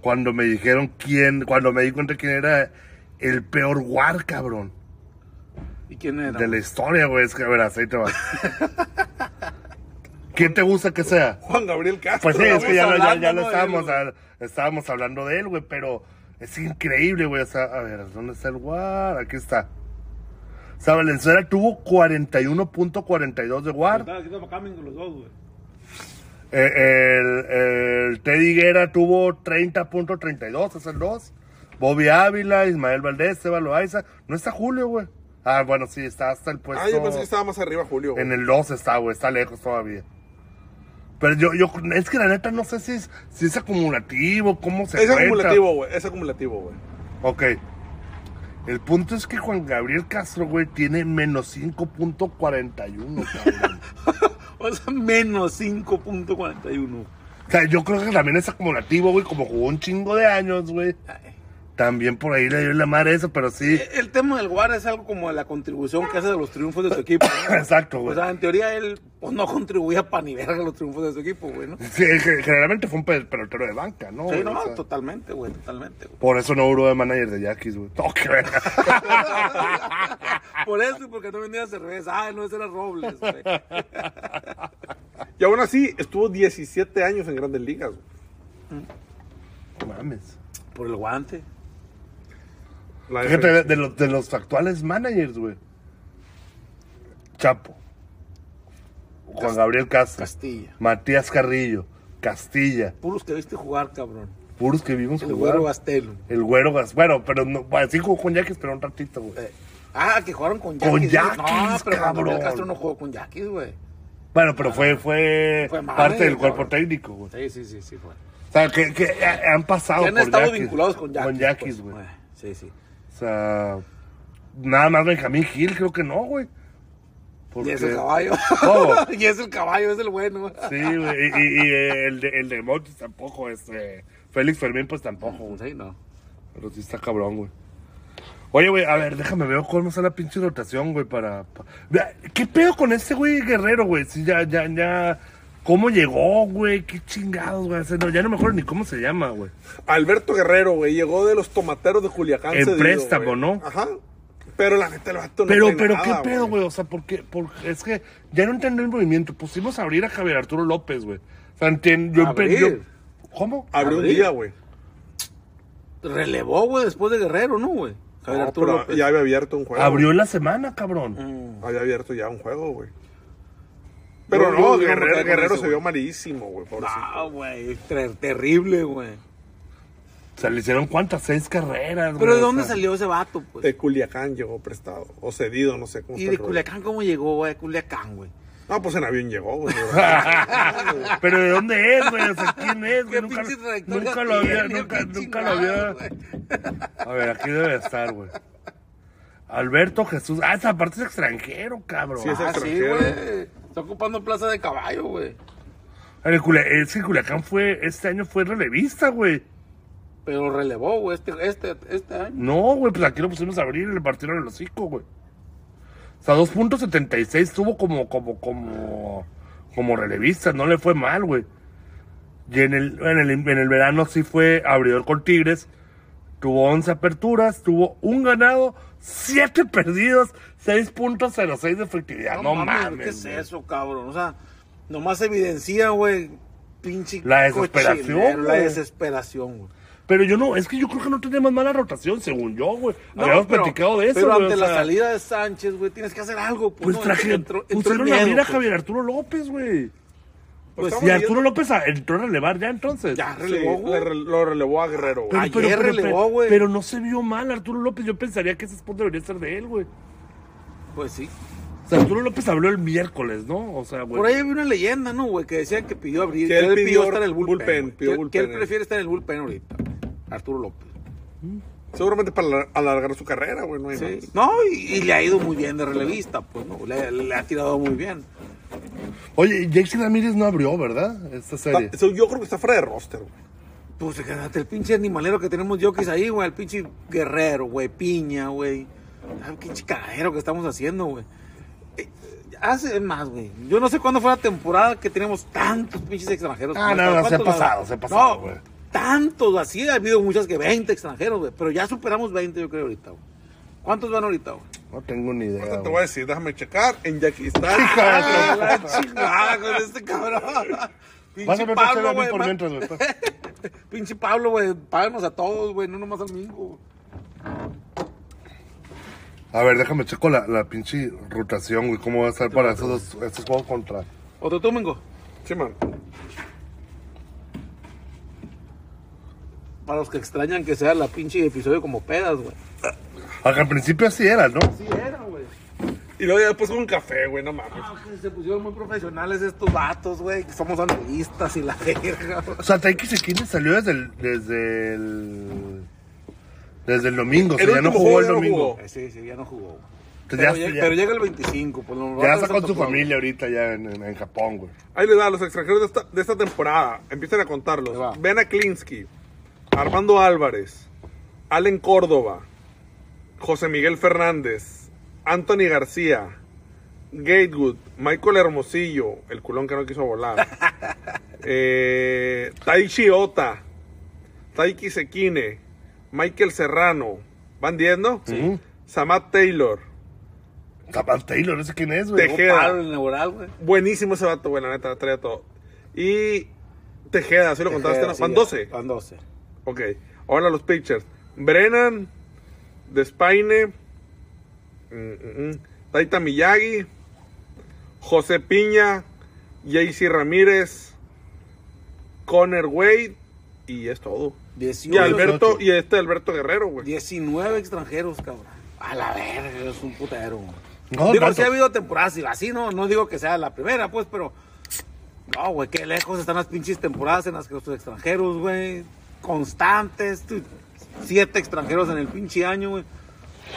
cuando me dijeron quién, cuando me di cuenta quién era el peor war, cabrón,
¿Y quién era?
de la historia, güey. Es que, a ver, ahí te va. ¿Quién te gusta que sea?
Juan Gabriel Castro.
Pues sí, es que ya, lo- ya- ya lo
Estamos
estábamos,
hablando, ¿no? de él,
a- estábamos hablando de él, güey, pero es increíble, güey. O sea, a ver, ¿dónde está el WAR? Aquí está. O sea, Valenzuela tuvo 41.42 de WAR. Eh, El, el Teddy Guerra tuvo 30.32, es el 2. Bobby Ávila, Ismael Valdés, Esteban Loaiza. No está Julio, güey. Ah, bueno, sí, está hasta el puesto.
Ah, yo pensé que estaba más arriba Julio, güey.
pues, En el 2 está, güey, está lejos todavía. Pero yo, yo, es que la neta no sé si es, si es acumulativo, cómo se
Es
cuenta.
acumulativo, güey. Es acumulativo, güey.
Ok. El punto es que Juan Gabriel Castro, güey, tiene menos 5.41, cabrón.
O sea, menos 5.41.
o sea, yo creo que también es acumulativo, güey, como jugó un chingo de años, güey.
Ay.
También por ahí le dio la madre eso, pero sí.
E- El tema del guarda es algo como la contribución que hace de los triunfos de su equipo. ¿no?
Exacto,
O
güey.
sea, en teoría él pues, no contribuía para ni verga los triunfos de su equipo, güey, ¿no?
Sí, ge- generalmente fue un pe- pelotero de banca, ¿no?
Sí,
güey?
no,
O sea,
totalmente, güey, totalmente. güey.
por eso no duró de manager de Yankees, güey. No, qué verga.
Por eso y porque no vendía cerveza. Ah, no, ese era Robles, güey.
Y aún así, estuvo 17 años en Grandes Ligas, güey.
No Mames.
Por el guante.
La
Fíjate, de, de los, de los actuales managers, güey. Chapo. Juan Gabriel Castro.
Castilla.
Matías Carrillo. Castilla.
Puros que viste jugar, cabrón.
Puros que vimos
El
jugar.
güero Bastelo.
El güero Gas- Bueno, pero no, bueno, sí jugó con Yankees, pero un ratito, güey.
Eh, Ah, que jugaron con Yaquis.
Con
güey. No,
Yaquis,
pero Juan Gabriel
cabrón.
Castro no jugó con Yaquis, güey.
Bueno, pero fue, fue,
Fue manager,
parte del cuerpo
cabrón.
técnico, güey.
Sí, sí, sí, sí, fue.
O sea, que, que ha- han pasado
Que han
Ah, por
estado
Yankees.
vinculados con Yaquis.
Con Yankees,
pues.
güey.
Eh, Sí, sí.
O sea, nada más Benjamín Gil, creo que no, güey.
Y
Porque-
es el caballo.
¿Cómo?
y es el caballo, es el bueno.
Sí, güey. Y, y- y el de, el de Montes tampoco, este. Félix Fermín, pues tampoco, güey.
Sí, no.
Pero sí está cabrón, güey. Oye, güey, a ver, déjame ver cómo está la pinche rotación, güey, para... pa- Vea, ¿Qué pedo con este güey guerrero, güey? Si ya, ya, ya... ¿Cómo llegó, güey? ¿Qué chingados, güey? O sea, no, ya no me acuerdo ni cómo se llama, güey.
Alberto Guerrero, güey, llegó de los tomateros de Culiacán.
En
cedido,
préstamo,
güey.
¿no?
Ajá. Pero la neta, el vato no
Pero,
trae
pero,
nada,
¿qué pedo, güey? O sea, porque, porque es que ya no entendí el movimiento. Pusimos a abrir a Javier Arturo López, güey. O sea, enten- yo,
Abrir.
yo- ¿Cómo?
Abrió un
Abrir.
día, güey.
Relevó, güey, después de Guerrero, ¿no, güey? Javier
No,
Arturo
pero
López.
ya había abierto un juego.
Abrió en la semana, cabrón.
güey. Había abierto ya un juego, güey. Pero
Yo-
no,
yo- yo no me
Guerrero,
quedé con
Guerrero
eso,
se
güey.
vio malísimo, güey. pobrecito.
No, güey, ter- terrible, güey.
Se le hicieron cuántas, seis carreras, güey.
Pero ¿de
o
dónde
sea.
salió ese vato, pues?
De Culiacán llegó prestado. O cedido, no sé cómo
¿Y
está
de
el rollo.
Culiacán cómo llegó, güey? De Culiacán, güey.
No, pues en avión llegó, güey. Pues
Pero ¿de dónde es, güey? O sea, ¿quién es, güey?
¿Qué
Nunca,
pinche trayectoria
nunca lo había,
tiene,
nunca,
pinche
nunca lo había.
madre, güey?
A ver, aquí debe estar, güey. Alberto Jesús. Ah, esa parte es extranjero, cabrón.
Sí, es
Ah, sí,
extranjero.
güey. Está ocupando plaza de caballo, güey.
Ah, El Culia- Es que Culiacán fue, este año fue relevista, güey.
Pero relevó, güey, este, este, este año.
No, güey, pues aquí lo pusimos a abrir y le partieron el hocico, güey. O sea, 2.76 estuvo como, como, como, como relevista, no le fue mal, güey. Y en el, en el, en el verano sí fue abridor con Tigres. Tuvo 11 aperturas, tuvo un ganado, 7 perdidos, 6.06 de efectividad. Ah, No, mames,
¿Qué es
güey.
eso, cabrón? O sea, nomás evidencia, güey, pinche
La desesperación,
cochinero, La
güey.
desesperación, güey.
Pero yo no, es que yo creo que no tenemos mala rotación, según yo, güey. Habíamos
pero-
platicado de eso,
Pero
güey,
ante
o
la
sea,
salida de Sánchez, güey, tienes que hacer algo, pues.
Pues
¿no?
traje,
Entró- entró el
pusieron a
miedo,
abrir a
pues.
Javier Arturo López, güey.
Pues
Y
estamos
Arturo López a- entró a relevar ya entonces.
Ya,
Sí,
relevó,
le
güey.
re- lo relevó a Guerrero, güey.
Pero,
Ayer
pero, pero,
relevó,
pero-
güey.
pero no se vio mal Arturo López. Yo pensaría que ese spot debería ser de él, güey.
Pues sí.
O sea, Arturo López habló el miércoles, ¿no? O sea, güey.
Por ahí había una leyenda, ¿no, güey? Que decían que pidió abrir.
Que
que
él pidió
estar en el bullpen.
bullpen,
güey.
pidió
que, que él
bullpen, eh.
prefiere estar en el bullpen ahorita. Arturo López.
Seguramente para alar- alargar su carrera, güey. No hay
Sí.
más.
No, y, y le ha ido muy bien de relevista, pues, ¿no? Le, le ha tirado muy bien.
Oye, Jason Ramírez no abrió, ¿verdad? Esta serie.
Está- so- yo creo que está fuera de roster, güey.
Pues fíjate, el pinche animalero que tenemos jockeys ahí, güey. El pinche guerrero, güey. Piña, güey. Ay, Qué chicadero que estamos haciendo, güey. Eh, Hace más, güey. Yo no sé cuándo fue la temporada que tenemos tantos pinches extranjeros.
Ah,
güey.
no, no, se ha
¿Cuántos
pasado,
la-
se ha pasado,
No,
güey.
Tantos, así ha habido muchas que 20 extranjeros, güey. Pero ya superamos 20, yo creo, ahorita, güey. ¿Cuántos van ahorita, güey?
No tengo ni idea.
Ahorita te
güey.
voy a decir, déjame checar. En Jackie está.
Hija de
Ah, la chingada con este cabrón.
tu- Vas a
Pinche
ver Pablo,
Pablo,
a mí
güey.
por
ma-
mientras, güey.
Pinche Pablo, güey. Páganos a todos, güey. No nomás al Mingo.
A ver, déjame checo la, la pinche rotación, güey. ¿Cómo va a estar para esos, dos- estos juegos contra?
Otro tú, Mingo.
Sí, man.
Para los que extrañan que sea la pinche episodio como pedas, güey.
Acá al principio así era, ¿no?
Sí era, güey.
Y luego ya después con un café, güey, no mames.
Ah, que se pusieron muy profesionales estos vatos, güey. Que somos analistas y la verga, güey.
O sea, Taiki Sekine salió desde el, desde el. Desde el domingo, o sea,
El
ya no
último
jugó el
juego ya no
domingo.
jugó.
Eh, Sí, sí, ya no jugó. güey.
Pues
Pero,
ya-
llega,
ya-
pero llega el 25, pues lo
Ya
va a
está con
Santo
su
Claus,
familia ahorita ya en, en- en Japón, güey.
Ahí les da a los extranjeros de esta, de esta temporada. Empiecen a
Ahí va.
contarlos. Ben Aklinsky, Armando Álvarez, Allen Córdoba, José Miguel Fernández, Anthony García, Gatewood, Michael Hermosillo, el culón que no quiso volar, eh, Taichi Ota, Taiki Sekine, Michael Serrano, ¿van 10, no?
Sí.
Samat Taylor,
Zapata Taylor, no sé quién es, güey.
güey.
Teje-
Llegó
Tejeda.
Pablo en inaugural, güey.
buenísimo ese vato, güey, la neta, traía todo. Y Tejeda, si lo contaste,
Tejeda,
¿no?
sí,
Van
ya. Ah.
12.
Van 12.
Ok, ahora los pitchers. Brennan, Despaine, mm, mm, mm, Taita Miyagi, José Piña, Jaycee Ramírez, Connor Wade y es todo.
18.
Y Alberto, y este Alberto Guerrero, güey.
19 extranjeros, cabrón. A la verga, es un putero. güey.
No,
digo,
tanto.
sí ha habido temporadas y así, no, no digo que sea la primera, pues, pero. No, güey, qué lejos están las pinches temporadas en las que los extranjeros, güey, constantes, tú, siete extranjeros en el pinche año, güey.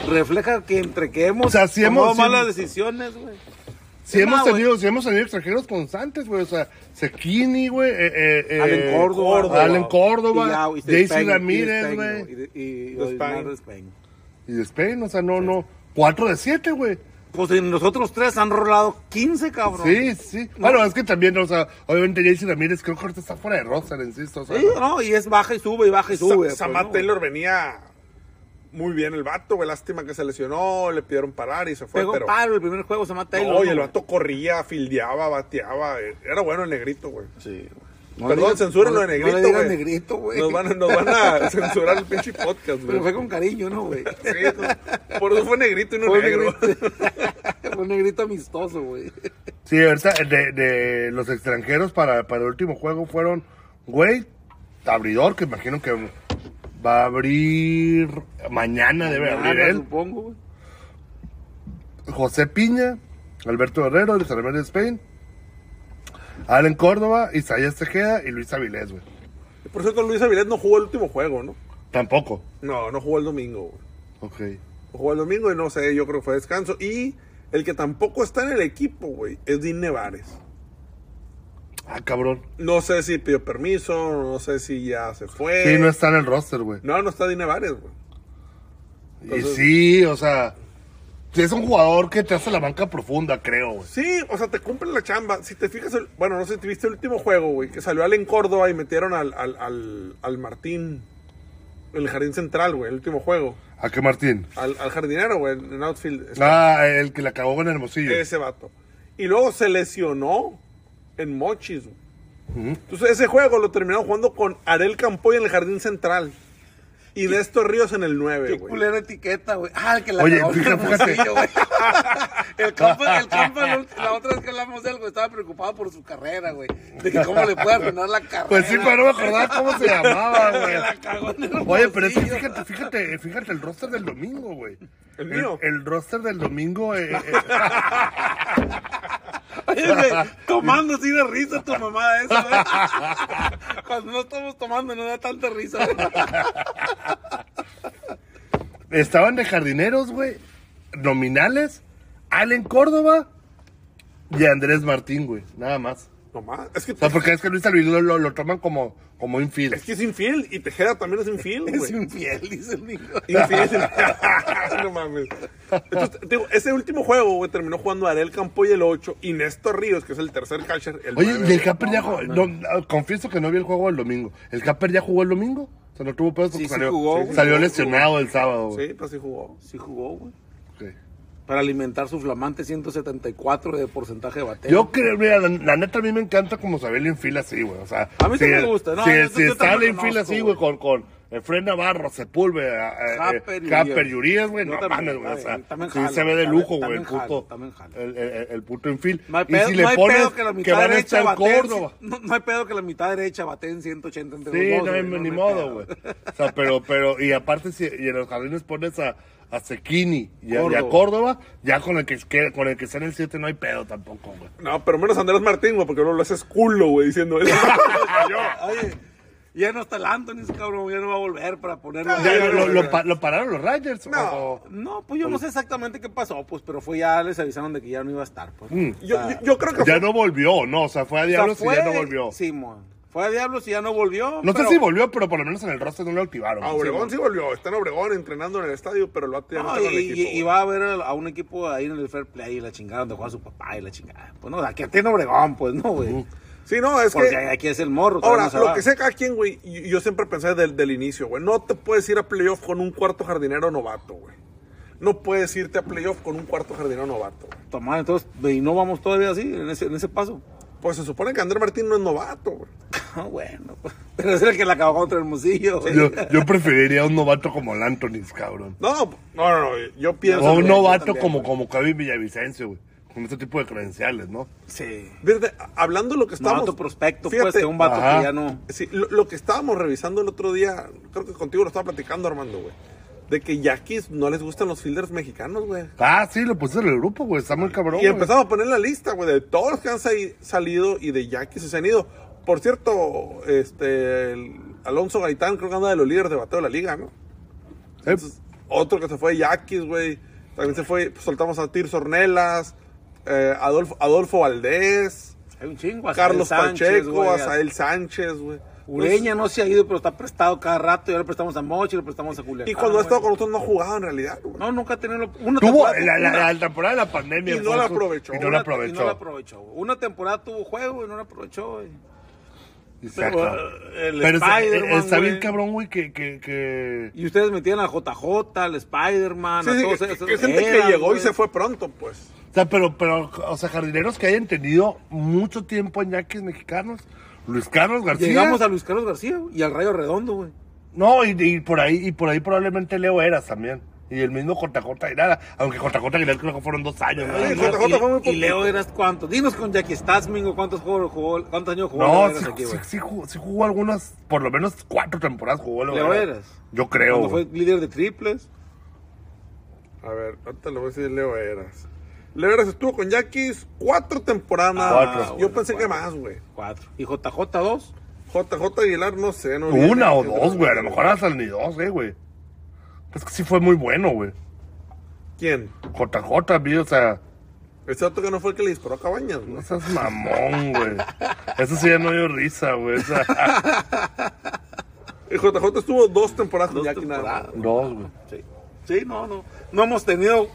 Refleja que entre que hemos
O sea, sí
tomado
hemos- sí-
malas decisiones, güey.
Si hemos
No, güey.
tenido, si hemos tenido extranjeros constantes, güey. O sea, Sekini, güey. Eh, eh, eh,
Allen Córdoba.
Allen Córdoba.
Y ya, y
Jason
Despeño, y
Ramírez,
Despeño,
güey.
Y, y, y
Despeño.
Odilmar Despeño.
Y Despein, o sea, no, no. Cuatro de siete, güey.
Pues en los otros tres han rolado 15, cabrón.
Sí, sí. Bueno, es que también, o sea, obviamente Jason Ramírez creo que ahorita está fuera de roster, insisto. O sea,
Sí, no, y es baja y sube y baja y
Sa-
sube. pues,
Samad
¿no?
Taylor venía muy bien el vato, güey. Lástima que se lesionó, le pidieron parar y se fue.
Pegó
pero...
paro el primer juego, se mata él.
No, y el vato corría, fildeaba, bateaba. eh, Era bueno el negrito, güey.
Sí, güey.
Perdón,
digas-
censúrenlo
no-
de negrito,
No le digas
güey.
negrito, güey.
Nos van, a- nos van a censurar el pinche podcast,
Pero
güey.
fue con cariño, ¿no, güey?
Sí, no. por eso fue negrito y no
Fue un
negro.
negrito, fue un negrito amistoso, güey.
Sí, ahorita eh, de, de los extranjeros para, para el último juego fueron, güey, abridor, que imagino que va a abrir mañana, debe abrir
Nada,
él.
supongo, güey.
José Piña, Alberto Herrero, Luis Armando Spain, Allen Córdoba, Isaías Tejeda y Luis Avilés, güey.
Por cierto, Luis Avilés no jugó el último juego, ¿no?
Tampoco.
No, no jugó el domingo, güey.
Ok.
Jugó el domingo y no sé, yo creo que fue descanso. Y el que tampoco está en el equipo, güey, es Dean Nevares.
Ah, cabrón.
No sé si pidió permiso, no sé si ya se fue.
Sí, no está en el roster, güey.
No, no está Dean Nevares, güey.
Y sí, o sea, sí es un jugador que te hace la banca profunda, creo, güey.
Sí, o sea, te cumplen la chamba. Si te fijas, el- bueno, no sé si viste el último juego, güey, que salió Allen Córdoba y metieron al, al, al, al Martín en el jardín central, güey, el último juego.
¿A qué Martín?
Al, al jardinero, güey, en outfield.
Ah, el que la cagó con Hermosillo.
Ese vato. Y luego se lesionó en Mochis, güey. Entonces ese juego lo terminaron jugando con Arel Campoy en el jardín central. Y Néstor Ríos en el 9,
Qué
güey.
culera etiqueta, güey. Ah, el que la
Oye,
cagó
fíjate,
con
fíjate.
Hermosillo, güey. El compa, el compa, la ult- la otra vez que hablamos de él, güey, estaba preocupado por su carrera, güey. De que cómo le puede arruinar la carrera.
Pues sí, pero no me acordaba cómo se llamaba,
Que la
güey.
cagó en Hermosillo.
Oye, pero es que fíjate, fíjate, fíjate el roster del domingo, güey.
¿El mío?
El, roster del domingo, eh, eh,
Oye, güey, tomando sí de risa tu mamá eso, güey. Cuando no estamos tomando no da tanta risa, güey.
estaban de jardineros, güey. Nominales, Allen Córdoba y Andrés Martín, güey. Nada más.
Nomás. Es que,
O sea, porque es que Luis Alvilés lo, lo- lo toman como, como infield.
es que es infield. Y Tejeda también es infield, güey.
Es infiel, dice el niño.
Infiel. no mames. Entonces, te digo, ese último juego, güey, terminó jugando Arel Campoy el 8 y Néstor Ríos, que es el tercer catcher, el
Oye,
nueve,
y
güey.
el Capper ya jugó. no, no, confieso que no vi el juego el domingo. ¿El Capper ya jugó el domingo? O sea, no tuvo pedos porque
Sí, sí
salió,
jugó, güey.
salió
Sí,
lesionado el sábado. güey.
Sí, pues sí jugó.
Sí jugó, güey.
Ok.
Para alimentar su flamante 174 de porcentaje de bateo.
Yo creo, mira, la, la neta a mí me encanta como saber en fila así, güey. O sea,
A mí sí
si-
me gusta, no,
si,
yo-
si
yo
está
también
en fila
conozco,
así, güey, con, con Efraín Navarro, Sepúlveda, eh, eh,
Capper y
Capper
Urias.
y Urias, güey,
Yo
no
también,
mames, güey. O sea,
también, también
sí
jalo,
se ve de
también-
lujo, güey, el
también jalo,
puto,
también jalo.
el, el, el puto en fila.
No hay
y
pedo,
si le
no hay
pones
pedo que la mitad
van a
derecha
estar
bateen,
Córdoba.
No, no hay pedo que la mitad derecha bateen 180 entre
Sí,
los dos.
no, hay
güey,
ni
hay
modo,
pedo.
güey. O sea, pero, pero, y aparte, si y en los jardines pones a, a Sequini y a, y a
Córdoba.
Córdoba, ya con el que, que- con el que está en el 7 no hay pedo tampoco, güey.
No, pero menos Andrés Martín, güey, porque luego lo haces culo, güey, diciendo eso.
Oye, ya no está el Anthony, ese cabrón, ya no va a volver para ponerlo.
Ya, lo, lo pa- lo pararon los Rangers? o-
No.
o-
No, pues yo no sé exactamente qué pasó, pues, pero fue ya, les avisaron de que ya no iba a estar, pues.
yo, yo, yo creo que
ya
fue-
no volvió, no, o sea, fue a
O sea,
Mm. Diablos
fue
y ya no
de-
volvió.
Sí, mo. Fue a Diablos y ya no volvió.
no
pero-
sé si volvió, pero por lo menos en el roster no lo activaron.
A Obregón sí volvió, está en Obregón entrenando en el estadio, pero lo ha tenido
No,
en el
y,
equipo.
y- y
güey.
va a ver a un equipo ahí en el Fair Play y la chingada donde juega su papá y la chingada. Pues no, o sea, que tiene Obregón, pues no, güey.
Sí, no, es
Porque
que.
aquí es el morro.
Ahora,
todavía no se
lo
va.
que sé cada quien, güey, y- y yo siempre pensé desde el inicio, güey. No te puedes ir a playoff con un cuarto jardinero novato, güey. No puedes irte a playoff con un cuarto jardinero novato, güey.
Tomar, entonces, y no vamos todavía así, en ese, en ese paso.
Pues se supone que Andrés Martín no es novato, güey.
Ah, bueno, pues, pero es el que la acabó contra Hermosillo. güey.
Yo, yo preferiría un novato como el Anthony's, cabrón.
No, no, no, no, yo pienso.
O un
güey,
novato
también,
como, como Kevin Villavicencio, güey. Con este tipo de credenciales, ¿no?
Sí.
fíjate, hablando lo que estábamos.
Estamos, vato prospecto,
fíjate,
pues, que un vato
Ajá.
que ya no.
Sí, lo, lo que estábamos revisando el otro día, creo que contigo lo estaba platicando, Armando, güey. De que Yaquis no les gustan los fielders mexicanos, güey.
Ah, sí, lo puse en el grupo, güey. Está muy cabrón.
Y
güey.
empezamos a poner la lista, güey, de todos los que han sa- salido y de ya que se han ido. Por cierto, este, el Alonso Gaitán creo que anda de los líderes de bateo de la liga, ¿no?
Eh,
Entonces, otro que se fue de Yaquis, güey. También se fue, pues, soltamos a Tirso Ornelas, eh, Adolfo, Adolfo Valdés,
Hay un chingo. Azael
Carlos
Sánchez,
Pacheco,
güey,
Asael Sánchez, güey.
Ureña no se ha ido, pero está prestado cada rato. Y ahora le prestamos a Mochi, le prestamos a Julián.
Y cuando ha estado con nosotros no ha jugado en realidad, güey.
No, nunca ha tenido. la- Una
Tuvo
temporada-
la, la-
una-
la temporada de la pandemia.
Y no
fue
la
su-
aprovechó.
Y
una-
no la
y no la
aprovechó.
aprovechó. Una temporada tuvo juego y no la aprovechó, güey.
Exacto.
uh, el
Pero está, eh,
Spider-Man,
está bien
güey.
cabrón, güey, que, que, que...
Y ustedes metían a JJ, al Spider-Man,
Sí,
a
sí,
Ah, todos
que-
esos.
que es gente que
Eran,
llegó y
güey.
se fue pronto, pues.
O sea, pero, pero, o sea, jardineros que hayan tenido mucho tiempo en yaquis mexicanos. Luis Carlos García.
Llegamos a Luis Carlos García güey, y al Rayo Redondo, güey.
No, y, y por ahí, y por ahí probablemente Leo Eras también. Y el mismo JJ nada aunque JJ Aguilar creo que fueron dos años, ¿no?
Sí,
Y
JJ
Leo-
fue muy
y,
poquito.
Leo eras cuánto. Dinos con Jackie Stasmingo cuántos juegos jugó, cuántos años jugó
No,
Leo
sí,
Eras aquí,
sí-
güey.
sí jugó, sí jugó algunas, por lo menos cuatro temporadas jugó Leo,
Leo
Eras.
Eras.
Yo creo.
Cuando
güey.
fue líder de triples.
A ver, ahorita le voy a decir Leo Eras. Leo Eras estuvo con Yaquis cuatro temporadas nada
Ah, Cuatro.
más. Yo
Bueno,
pensé que
cuatro.
más, güey.
Cuatro. Y JJ dos.
JJ Aguilar, no sé. No viene.
Una o dos, güey. A lo mejor hasta ni dos, eh, güey. Es que sí fue muy bueno, güey.
¿Quién?
JJ, vi, o sea,
Ese otro que no fue el que le disparó a Cabañas, güey.
no seas mamón, güey. Eso sí ya no dio risa, güey. o sea,
El JJ estuvo dos temporadas con
Pues, Dos
Jackie nada
temporadas.
más.
dos, güey.
Sí. Sí, no, no. No hemos tenido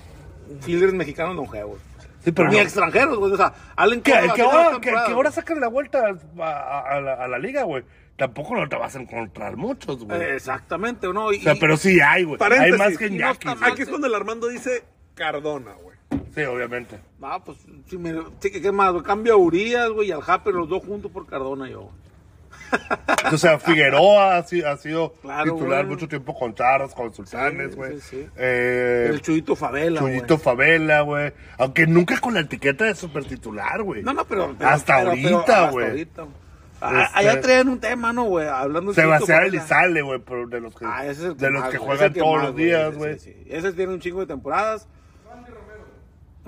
líderes mexicanos longevos.
Sí, pero
Ni
no.
extranjeros, güey. O sea, Allen
que,
Córdoba
que
tiene
ahora,
dos
que,
temporadas.
que ahora sacan la vuelta a, a- a la, a la liga, güey. Tampoco no te vas a encontrar muchos, güey.
Eh, Exactamente, ¿no? Y,
o sea,
y-
pero sí hay, güey. Hay
Paréntesis.
más que en
Y no está
Yaquis.
mal.
Aquí es cuando el Armando dice Cardona, güey.
Sí, obviamente.
Ah, pues, sí, me, sí, ¿qué más? güey? Cambio a Urias, güey, y al Happy, los dos juntos por Cardona, yo.
O sea, Figueroa ha, si- ha sido
Claro,
titular
güey.
mucho tiempo con Charros, con Sultanes,
Sí,
güey.
sí, sí.
Eh,
El Chuyito Favela, güey.
Chuyito Favela, güey. Aunque nunca con la etiqueta de supertitular, güey.
No, no, pero... pero-
Hasta
pero- pero-
ahorita,
hasta
güey.
ahorita. Ah,
Este-
Allá traen un tema, ¿no, güey? Hablando de Chuyito
Sebastián
Favela.
Elizalde, güey, pero de los que,
Ah, ese es el
de los
más,
que
güey. Ese es
juegan
el que
todos
más,
los días, güey.
Sí, sí, sí. Ese tiene un chingo de temporadas.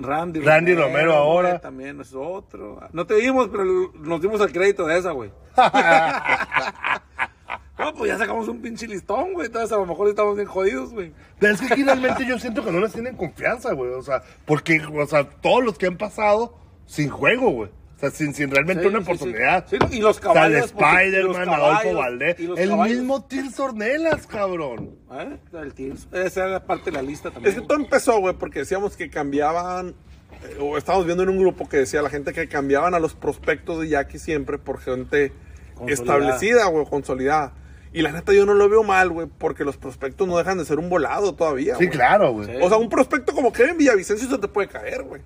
Randy Romero.
Randy Romero
güey,
ahora.
También es otro. No te vimos, pero nos dimos al crédito de esa, güey. no, pues ya sacamos un pinche listón, güey. Entonces a lo mejor estamos bien jodidos, güey.
Pero es que aquí realmente yo siento que no les tienen confianza, güey. O sea, porque, o sea, todos los que han pasado sin juego, güey. O sea, sin, sin realmente
Sí,
una
sí, sí.
oportunidad.
Sí, y los caballos,
O sea, el
porque- y los
Spider-Man, Adolfo
caballos,
Valdés.
y los
El
caballos.
mismo Tils Ornelas, cabrón.
¿Eh? El Tirso. Esa era parte de la lista también.
Es que todo empezó, güey, porque decíamos que cambiaban, eh, o estábamos viendo en un grupo que decía la gente que cambiaban a los prospectos de Jackie siempre por gente
Consolidada.
establecida, güey, consolidada. Y la neta yo no lo veo mal, güey, porque los prospectos no dejan de ser un volado todavía,
Sí,
güey.
claro, güey.
Sí.
O sea, un prospecto como Kevin Villavicencio se te puede caer, güey.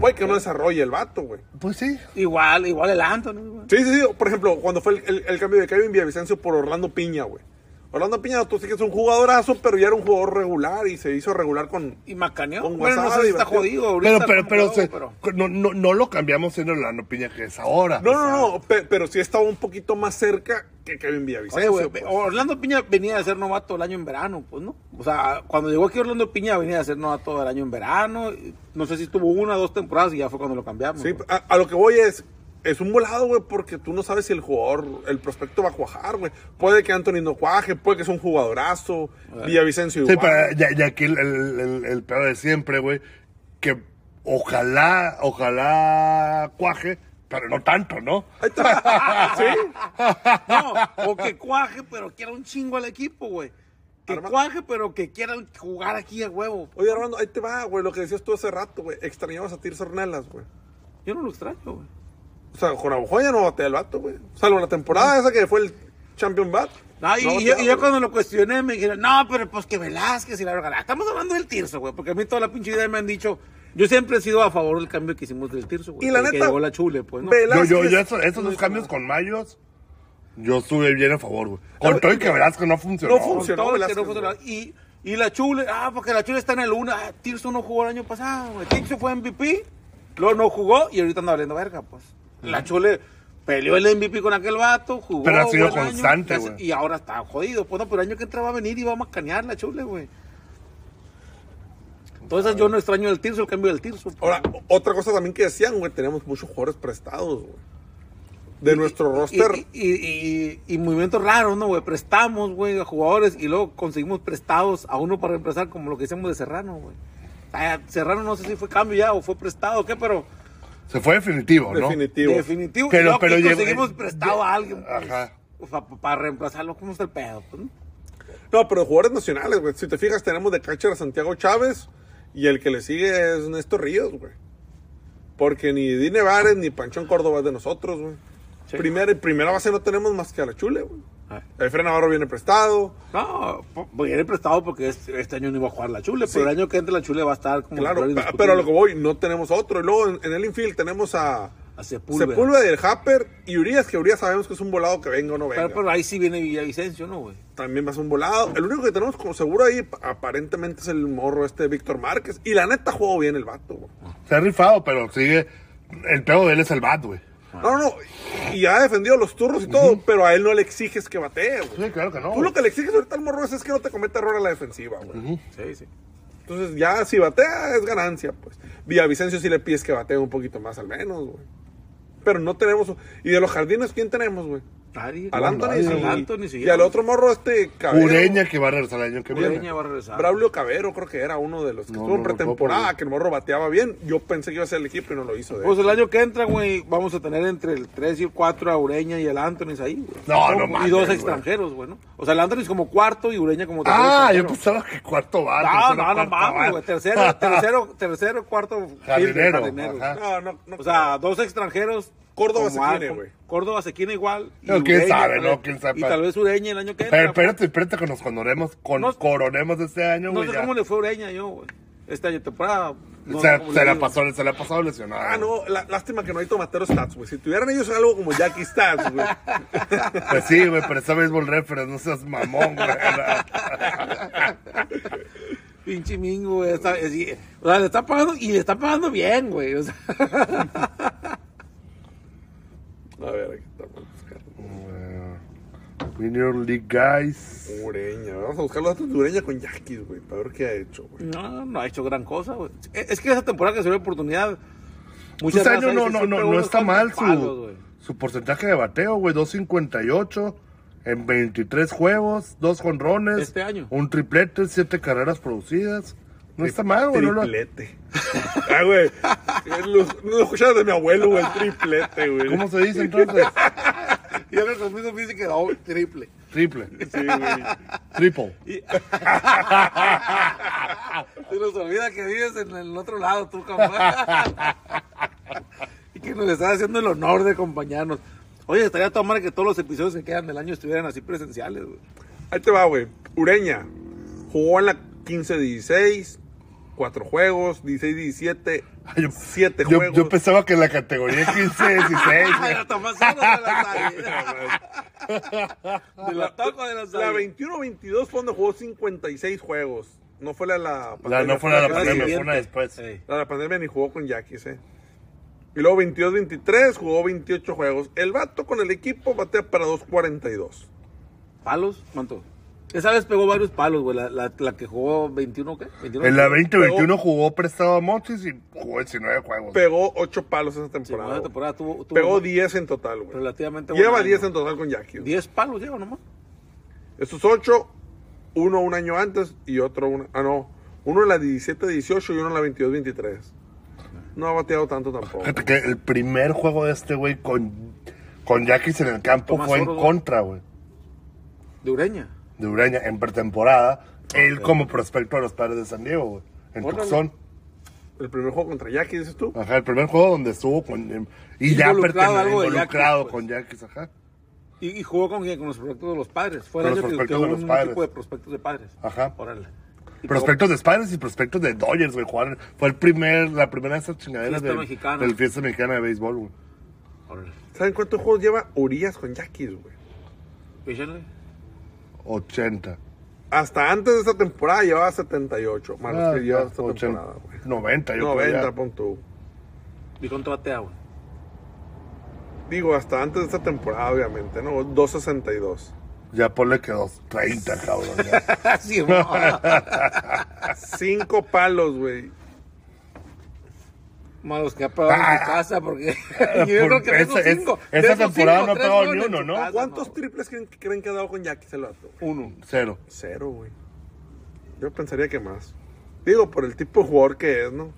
Puede que no desarrolle el vato, güey.
Pues sí.
Igual, igual el Anthony, güey.
Sí, sí, sí. Por ejemplo, cuando fue el, el- el cambio de Kevin Villavicencio por Orlando Piña, güey. Orlando Piña, tú sí que es un jugadorazo, pero ya era un jugador regular y se hizo regular con...
Y Macaneó.
Con
Bueno, no
Guasave,
sé si está
divertido.
jodido
Pero,
ahorita.
pero,
como
pero,
juego,
se- No, no, no lo cambiamos en Orlando Piña, que es ahora.
No, no, no, pe- pero sí estaba un poquito más cerca que Kevin Villavicencio.
Oye, güey,
pues.
Orlando Piña venía de ser novato el año en verano, pues, ¿no? O sea, cuando llegó aquí Orlando Piña venía de ser novato el año en verano. y No sé si tuvo una o dos temporadas y ya fue cuando lo cambiamos.
Sí,
güey.
a, a lo que voy es... Es un volado, güey, porque tú no sabes si el jugador, el prospecto va a cuajar, güey. Puede que Anthony no cuaje, puede que sea un jugadorazo,
Ah.
Villavicencio
Sí,
igual.
pero ya, ya aquí el, el, el- el pedo de siempre, güey, que ojalá, ojalá cuaje, pero no tanto, ¿no?
Ahí está. ¿Sí?
No, o que cuaje, pero quiera un chingo al equipo, güey. Que
Arma-
cuaje, pero que quiera jugar aquí a huevo.
Oye, Armando, ahí te va, güey, lo que decías tú hace rato, güey. Extrañabas a Tirso Ornelas, güey.
Yo no lo extraño, güey.
O sea, con Abujoya no batea el vato, güey. Salvo la temporada esa que fue el Champion Bat.
No,
No
y, y yo,
bateaba,
y yo
güey.
cuando lo cuestioné me dijeron, no, pero pues que Velázquez y la verga. Estamos hablando del Tirso, güey, porque a mí toda la pinche vida me han dicho, yo siempre he sido a favor del cambio que hicimos del Tirso, güey.
Y la
que- Que
neta,
llegó la chule, pues, ¿no?
Yo,
Velázquez-
yo, yo, eso- esos dos cambios con Mayos, yo estuve bien a favor, güey. Con todo y que verás que no funcionó.
No funcionó.
Todo el que
Velázquez,
no funcionó. Y, y la Chule, ah, porque la Chule está en el 1. Ah, Tirso no jugó el año pasado, güey. Tirso fue MVP, luego no jugó y ahorita anda valiendo verga, pues. La Chule peleó el MVP con aquel vato, jugó.
Pero ha sido
buen año,
constante,
y hace-
güey.
Y ahora está jodido. Pues no, pero el año que entra va a venir y va a macanear la Chule, güey. Entonces yo no extraño el Tirso, el cambio del Tirso. pues.
Ahora, o- otra cosa también que decían, güey, teníamos muchos jugadores prestados, güey. De nuestro roster.
Y, y, y- y- y movimientos raros, ¿no, güey? Prestamos, güey, a jugadores y luego conseguimos prestados a uno para reemplazar, como lo que hicimos de Serrano, güey. O sea, Serrano no sé si fue cambio ya o fue prestado o qué, pero
Se fue definitivo, ¿no?
definitivo.
definitivo.
Pero-
y luego
pero
aquí
llegó-
conseguimos prestado a alguien. pues.
Ajá.
Para reemplazarlo, ¿cómo está el pedo? pues, no?
No, pero jugadores nacionales, güey. Si te fijas, tenemos de catcher a Santiago Chávez y el que le sigue es Néstor Ríos, güey. Porque ni Dine Vares ni Panchón Córdoba es de nosotros, güey. Primera, primera base no tenemos más que a la chule, güey.
Ah.
El Fren Navarro viene prestado.
No, pues, po- viene prestado porque este, este año no iba a jugar la chule, pero el año que entra la chule va a estar como
Claro,
titular
pa-
indiscutible.
pero a lo que voy, no tenemos otro. Y luego en, en el infield tenemos a
A
Sepúlveda.
Sepúlveda.
y el Happer y Urias, que Urias sabemos que es un volado que venga o no venga.
Pero, pero ahí sí viene Villavicencio, ¿no, güey?
También va a ser un volado. El único que tenemos como seguro ahí pa- aparentemente es el morro este Víctor Márquez. Y la neta jugó bien el vato, güey.
Se ha rifado, pero sigue. El peor de él es el bat, güey.
No, no, no. Y ha defendido los turros y todo, pero a él no le exiges que batee, güey.
Sí, claro que no.
Tú lo
güey.
que le exiges ahorita al morro es, es que no te cometa error a la defensiva, güey.
Sí, sí.
Entonces, ya si batea, es ganancia, pues. Villavicencio sí le pides que batee un poquito más, al menos, güey. Pero no tenemos. ¿Y de los jardines quién tenemos, güey?
Nadie.
Al Anthony,
Al
y-
Anthony, sí.
y al otro morro, este Cabero.
Ureña que va a regresar el año que viene.
Ureña va a regresar.
Braulio Cabero, creo que era uno de los que
No,
estuvo en
no lo topo,
pretemporada,
güey.
que el morro bateaba bien. Yo pensé que iba a ser el equipo y no lo hizo. De
Pues el año que entra, güey, vamos a tener entre el 3 y el 4 a Ureña y el Anthony ahí, güey.
No, no
Y
mames,
dos
güey.
extranjeros, güey, ¿no? O sea, el Anthony es como cuarto y Ureña como tercero.
Ah, yo
extranjero.
pensaba que cuarto bar.
No,
tercero,
no,
cuarto
no mames,
bar.
güey. Tercero, tercero, tercero, cuarto. firme,
Jardinero,
jardinero.
ajá.
no, no, no.
O sea, dos extranjeros.
Córdoba
como
se
Al-
quiere, güey.
Córdoba se quiere igual. y
No, quién sabe,
tal
no,
vez-
quién sabe.
Y tal vez Ureña el año que entra.
Pero espérate, espérate que nos coronemos, con,
No-
coronemos este año,
No
güey.
sé
ya.
cómo le fue a Ureña yo, güey. Este año temporada. no sé
se,
cómo
se
le
la
digo.
pasó, se la ha pasado lesionada.
Ah, no, la- lástima que no hay tomateros stats, güey. Si tuvieran ellos algo como Jackie Stats, güey.
Pues sí, güey, pero esa béisbol reference, no seas mamón, güey.
Pinche mingo, güey. está- es- y- o sea, le está pagando y le está pagando bien, güey. O sea,
A ver, aquí estamos buscando.
Minor League Guys.
Ureña, vamos a buscar los datos de Ureña con Jackie, güey, para ver qué ha hecho, güey.
no, no ha hecho gran cosa, güey. Es es que esa temporada que se ve oportunidad.
Pues
muchas
este año no,
razas dice,
no, no,
siempre
no
unos
está
cuantos
mal
palos,
su,
güey.
su porcentaje de bateo, güey. 2.58 en 23 juegos, dos jonrones.
Este año.
Un triplete, siete carreras producidas. No está mal, güey. no lo-
Triplete. Ah, güey. Lo, lo escuchaba de mi abuelo, güey, el triplete, güey.
¿Cómo se dice entonces?
Yo creo que el mismo dice que no, triple.
Triple.
Sí, güey.
Triple.
Se nos olvida que vives en el otro lado, tú, cabrón. y que nos estás haciendo el honor de acompañarnos. Oye, estaría tomar que todos los episodios que quedan del año estuvieran así presenciales, güey.
Ahí te va, güey. Ureña. Jugó en la 15-16, cuatro juegos, 16-17,
Yo,
siete
yo-
juegos.
yo pensaba que en la categoría 15, 16. güey.
Ay, la Tomás Cero de la De la toco de la
La
salle.
21-22 fue donde jugó 56 juegos. No fue la... La,
La- no fue la, la
que
pandemia,
siguió.
fue una después.
Ey.
La, la pandemia ni jugó con Yaquis, eh. Y luego 22-23 jugó 28 juegos. El vato con el equipo batea para 2.42.
¿Palos? ¿Cuánto? Esa vez pegó varios palos, güey. La, la, la que jugó 21, ¿qué? 21,
En la 2021 jugó prestado a Montes y jugó 19 juegos.
Pegó 8 palos esa
Sí,
temporada.
esa
güey.
temporada tuvo, tuvo
Pegó 10 en total, güey.
relativamente
Lleva
buen año.
10 en total con Yaquis.
10 palos lleva nomás.
Estos 8, uno un año antes y otro una, ah no, uno en la 17-18 y uno en la 22-23. No ha bateado tanto tampoco.
Fíjate que el primer juego de este güey con, con Yaquis en el campo
Tomás
fue en
Oro, güey.
contra, güey,
De Ureña.
de Ureña en pretemporada. Él como prospecto a los padres de San Diego, güey, en
Órale.
Tucson.
El primer juego contra Yaquis, dices tú.
Ajá, el primer juego donde estuvo con. em, Y ya
Involucrado
pertenecía
algo de
involucrado
Yaquis, pues.
con Yaquis, ajá.
¿Y, y jugó con quién? Con los prospectos de los padres. Fue
Con
el
los
año que, que
prospectos
hubo
de los
un
padres.
tipo de prospectos de padres.
Ajá.
Órale. Y
Prospectos de Spiders y prospectos de Dodgers, güey. jugaron- Fue el primer, la primera de esas chingaderas
Fiesta
del,
mexicana.
del Fiesta Mexicana de Béisbol, güey.
pegó- Órale.
¿Saben cuántos juegos lleva Urias con Yaquis, güey?
Échale.
80.
Hasta antes de esta temporada llevaba 78. Más los
Ah,
que lleva
ah,
esta
80,
temporada, güey.
90, yo
90,
creo.
pon tú.
¿Y cuánto batea, güey?
Digo, hasta antes de esta temporada, obviamente, ¿no? 262.
Ya, ya ponle que dos, 30, cabrón. ya.
Así, güey.
Cinco palos, güey.
Malos que ha pegado en su casa porque yo creo que
Esa-
tengo
es-
cinco.
esa
De esos
temporada no ha
tres
pegado
fueron
ni
en
uno,
su
¿no?
casa,
¿Cuántos
no.
triples creen, creen que ha dado con Yaquis el vato?
Uno, cero.
Cero, güey. Yo pensaría que más. Digo, por el tipo de jugador que es, ¿no?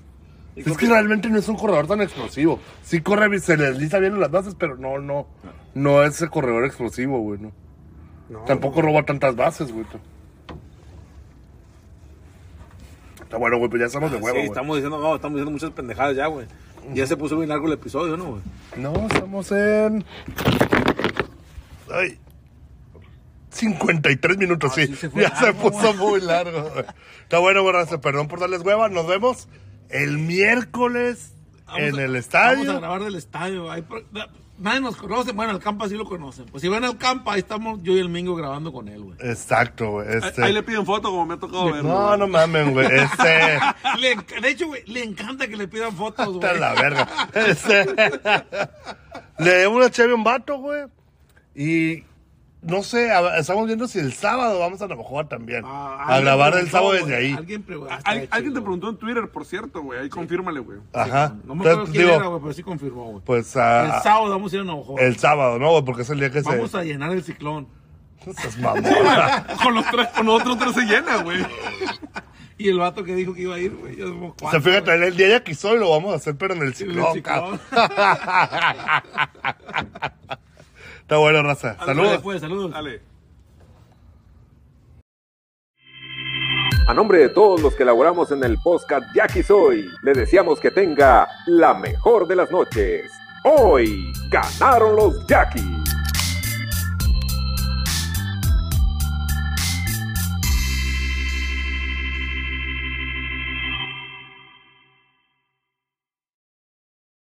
¿Y
Es que realmente no es un corredor tan explosivo. Sí corre, bien, se desliza bien en las bases, pero no, no. No es el corredor explosivo, güey, no.
No.
Tampoco roba tantas bases, güey. Está bueno, güey, pues ya estamos de huevo,
Sí,
güey. pues
Ah, estamos diciendo, no, estamos diciendo muchas pendejadas ya, güey.
Ya se puso bien largo el episodio, ¿no, güey?
No, estamos en. Ay. 53 minutos, sí. ya se puso muy largo. güey. Está bueno, borrazo. Perdón por darles hueva. Nos vemos el miércoles
Vamos
en
a-
el estadio.
Vamos a grabar del estadio. Ahí pro- na- nadie nos conoce. Bueno, el Campa sí lo conocen. Pues si van al Campa, ahí estamos yo y el Mingo grabando con él, güey.
Exacto, güey. Este...
Ahí le piden foto como me ha tocado ver.
No, no mames, güey. Este.
Le enc- De hecho, güey, le encanta que le pidan fotos,
Está
güey.
la verga. Este, le debo una cheve a un vato, güey. Y no sé, a- estamos viendo si el sábado vamos a Navajoa también.
Ah,
a
alguien
grabar el
preguntó,
sábado
güey,
desde ahí.
Alguien preguntó.
Ah, Al- alguien te preguntó en Twitter, por cierto, güey. Ahí confírmale, güey.
Ajá.
No me acuerdo
Entonces,
quién
digo,
era, güey, pero sí confirmó, güey.
pues ah,
el sábado vamos a ir a Navajo.
el sábado, ¿no? güey? Porque es el día que
Vamos
se.
a llenar el ciclón.
Estás mamona.
Con los tres, con los otros tres se llena, güey.
Y el vato que dijo que iba a ir, güey. ya somos
O sea,
cuatro,
fíjate,
güey.
el día ya que soy lo vamos a hacer, pero en el
En el
ciclón,
ciclón.
cabrón. Está bueno, raza. Saludos.
Dale, pues, saludos.
Dale.
A nombre de todos los que elaboramos en el podcast de aquí Soy, le deseamos que tenga la mejor de las noches. Hoy ganaron los Yaquis.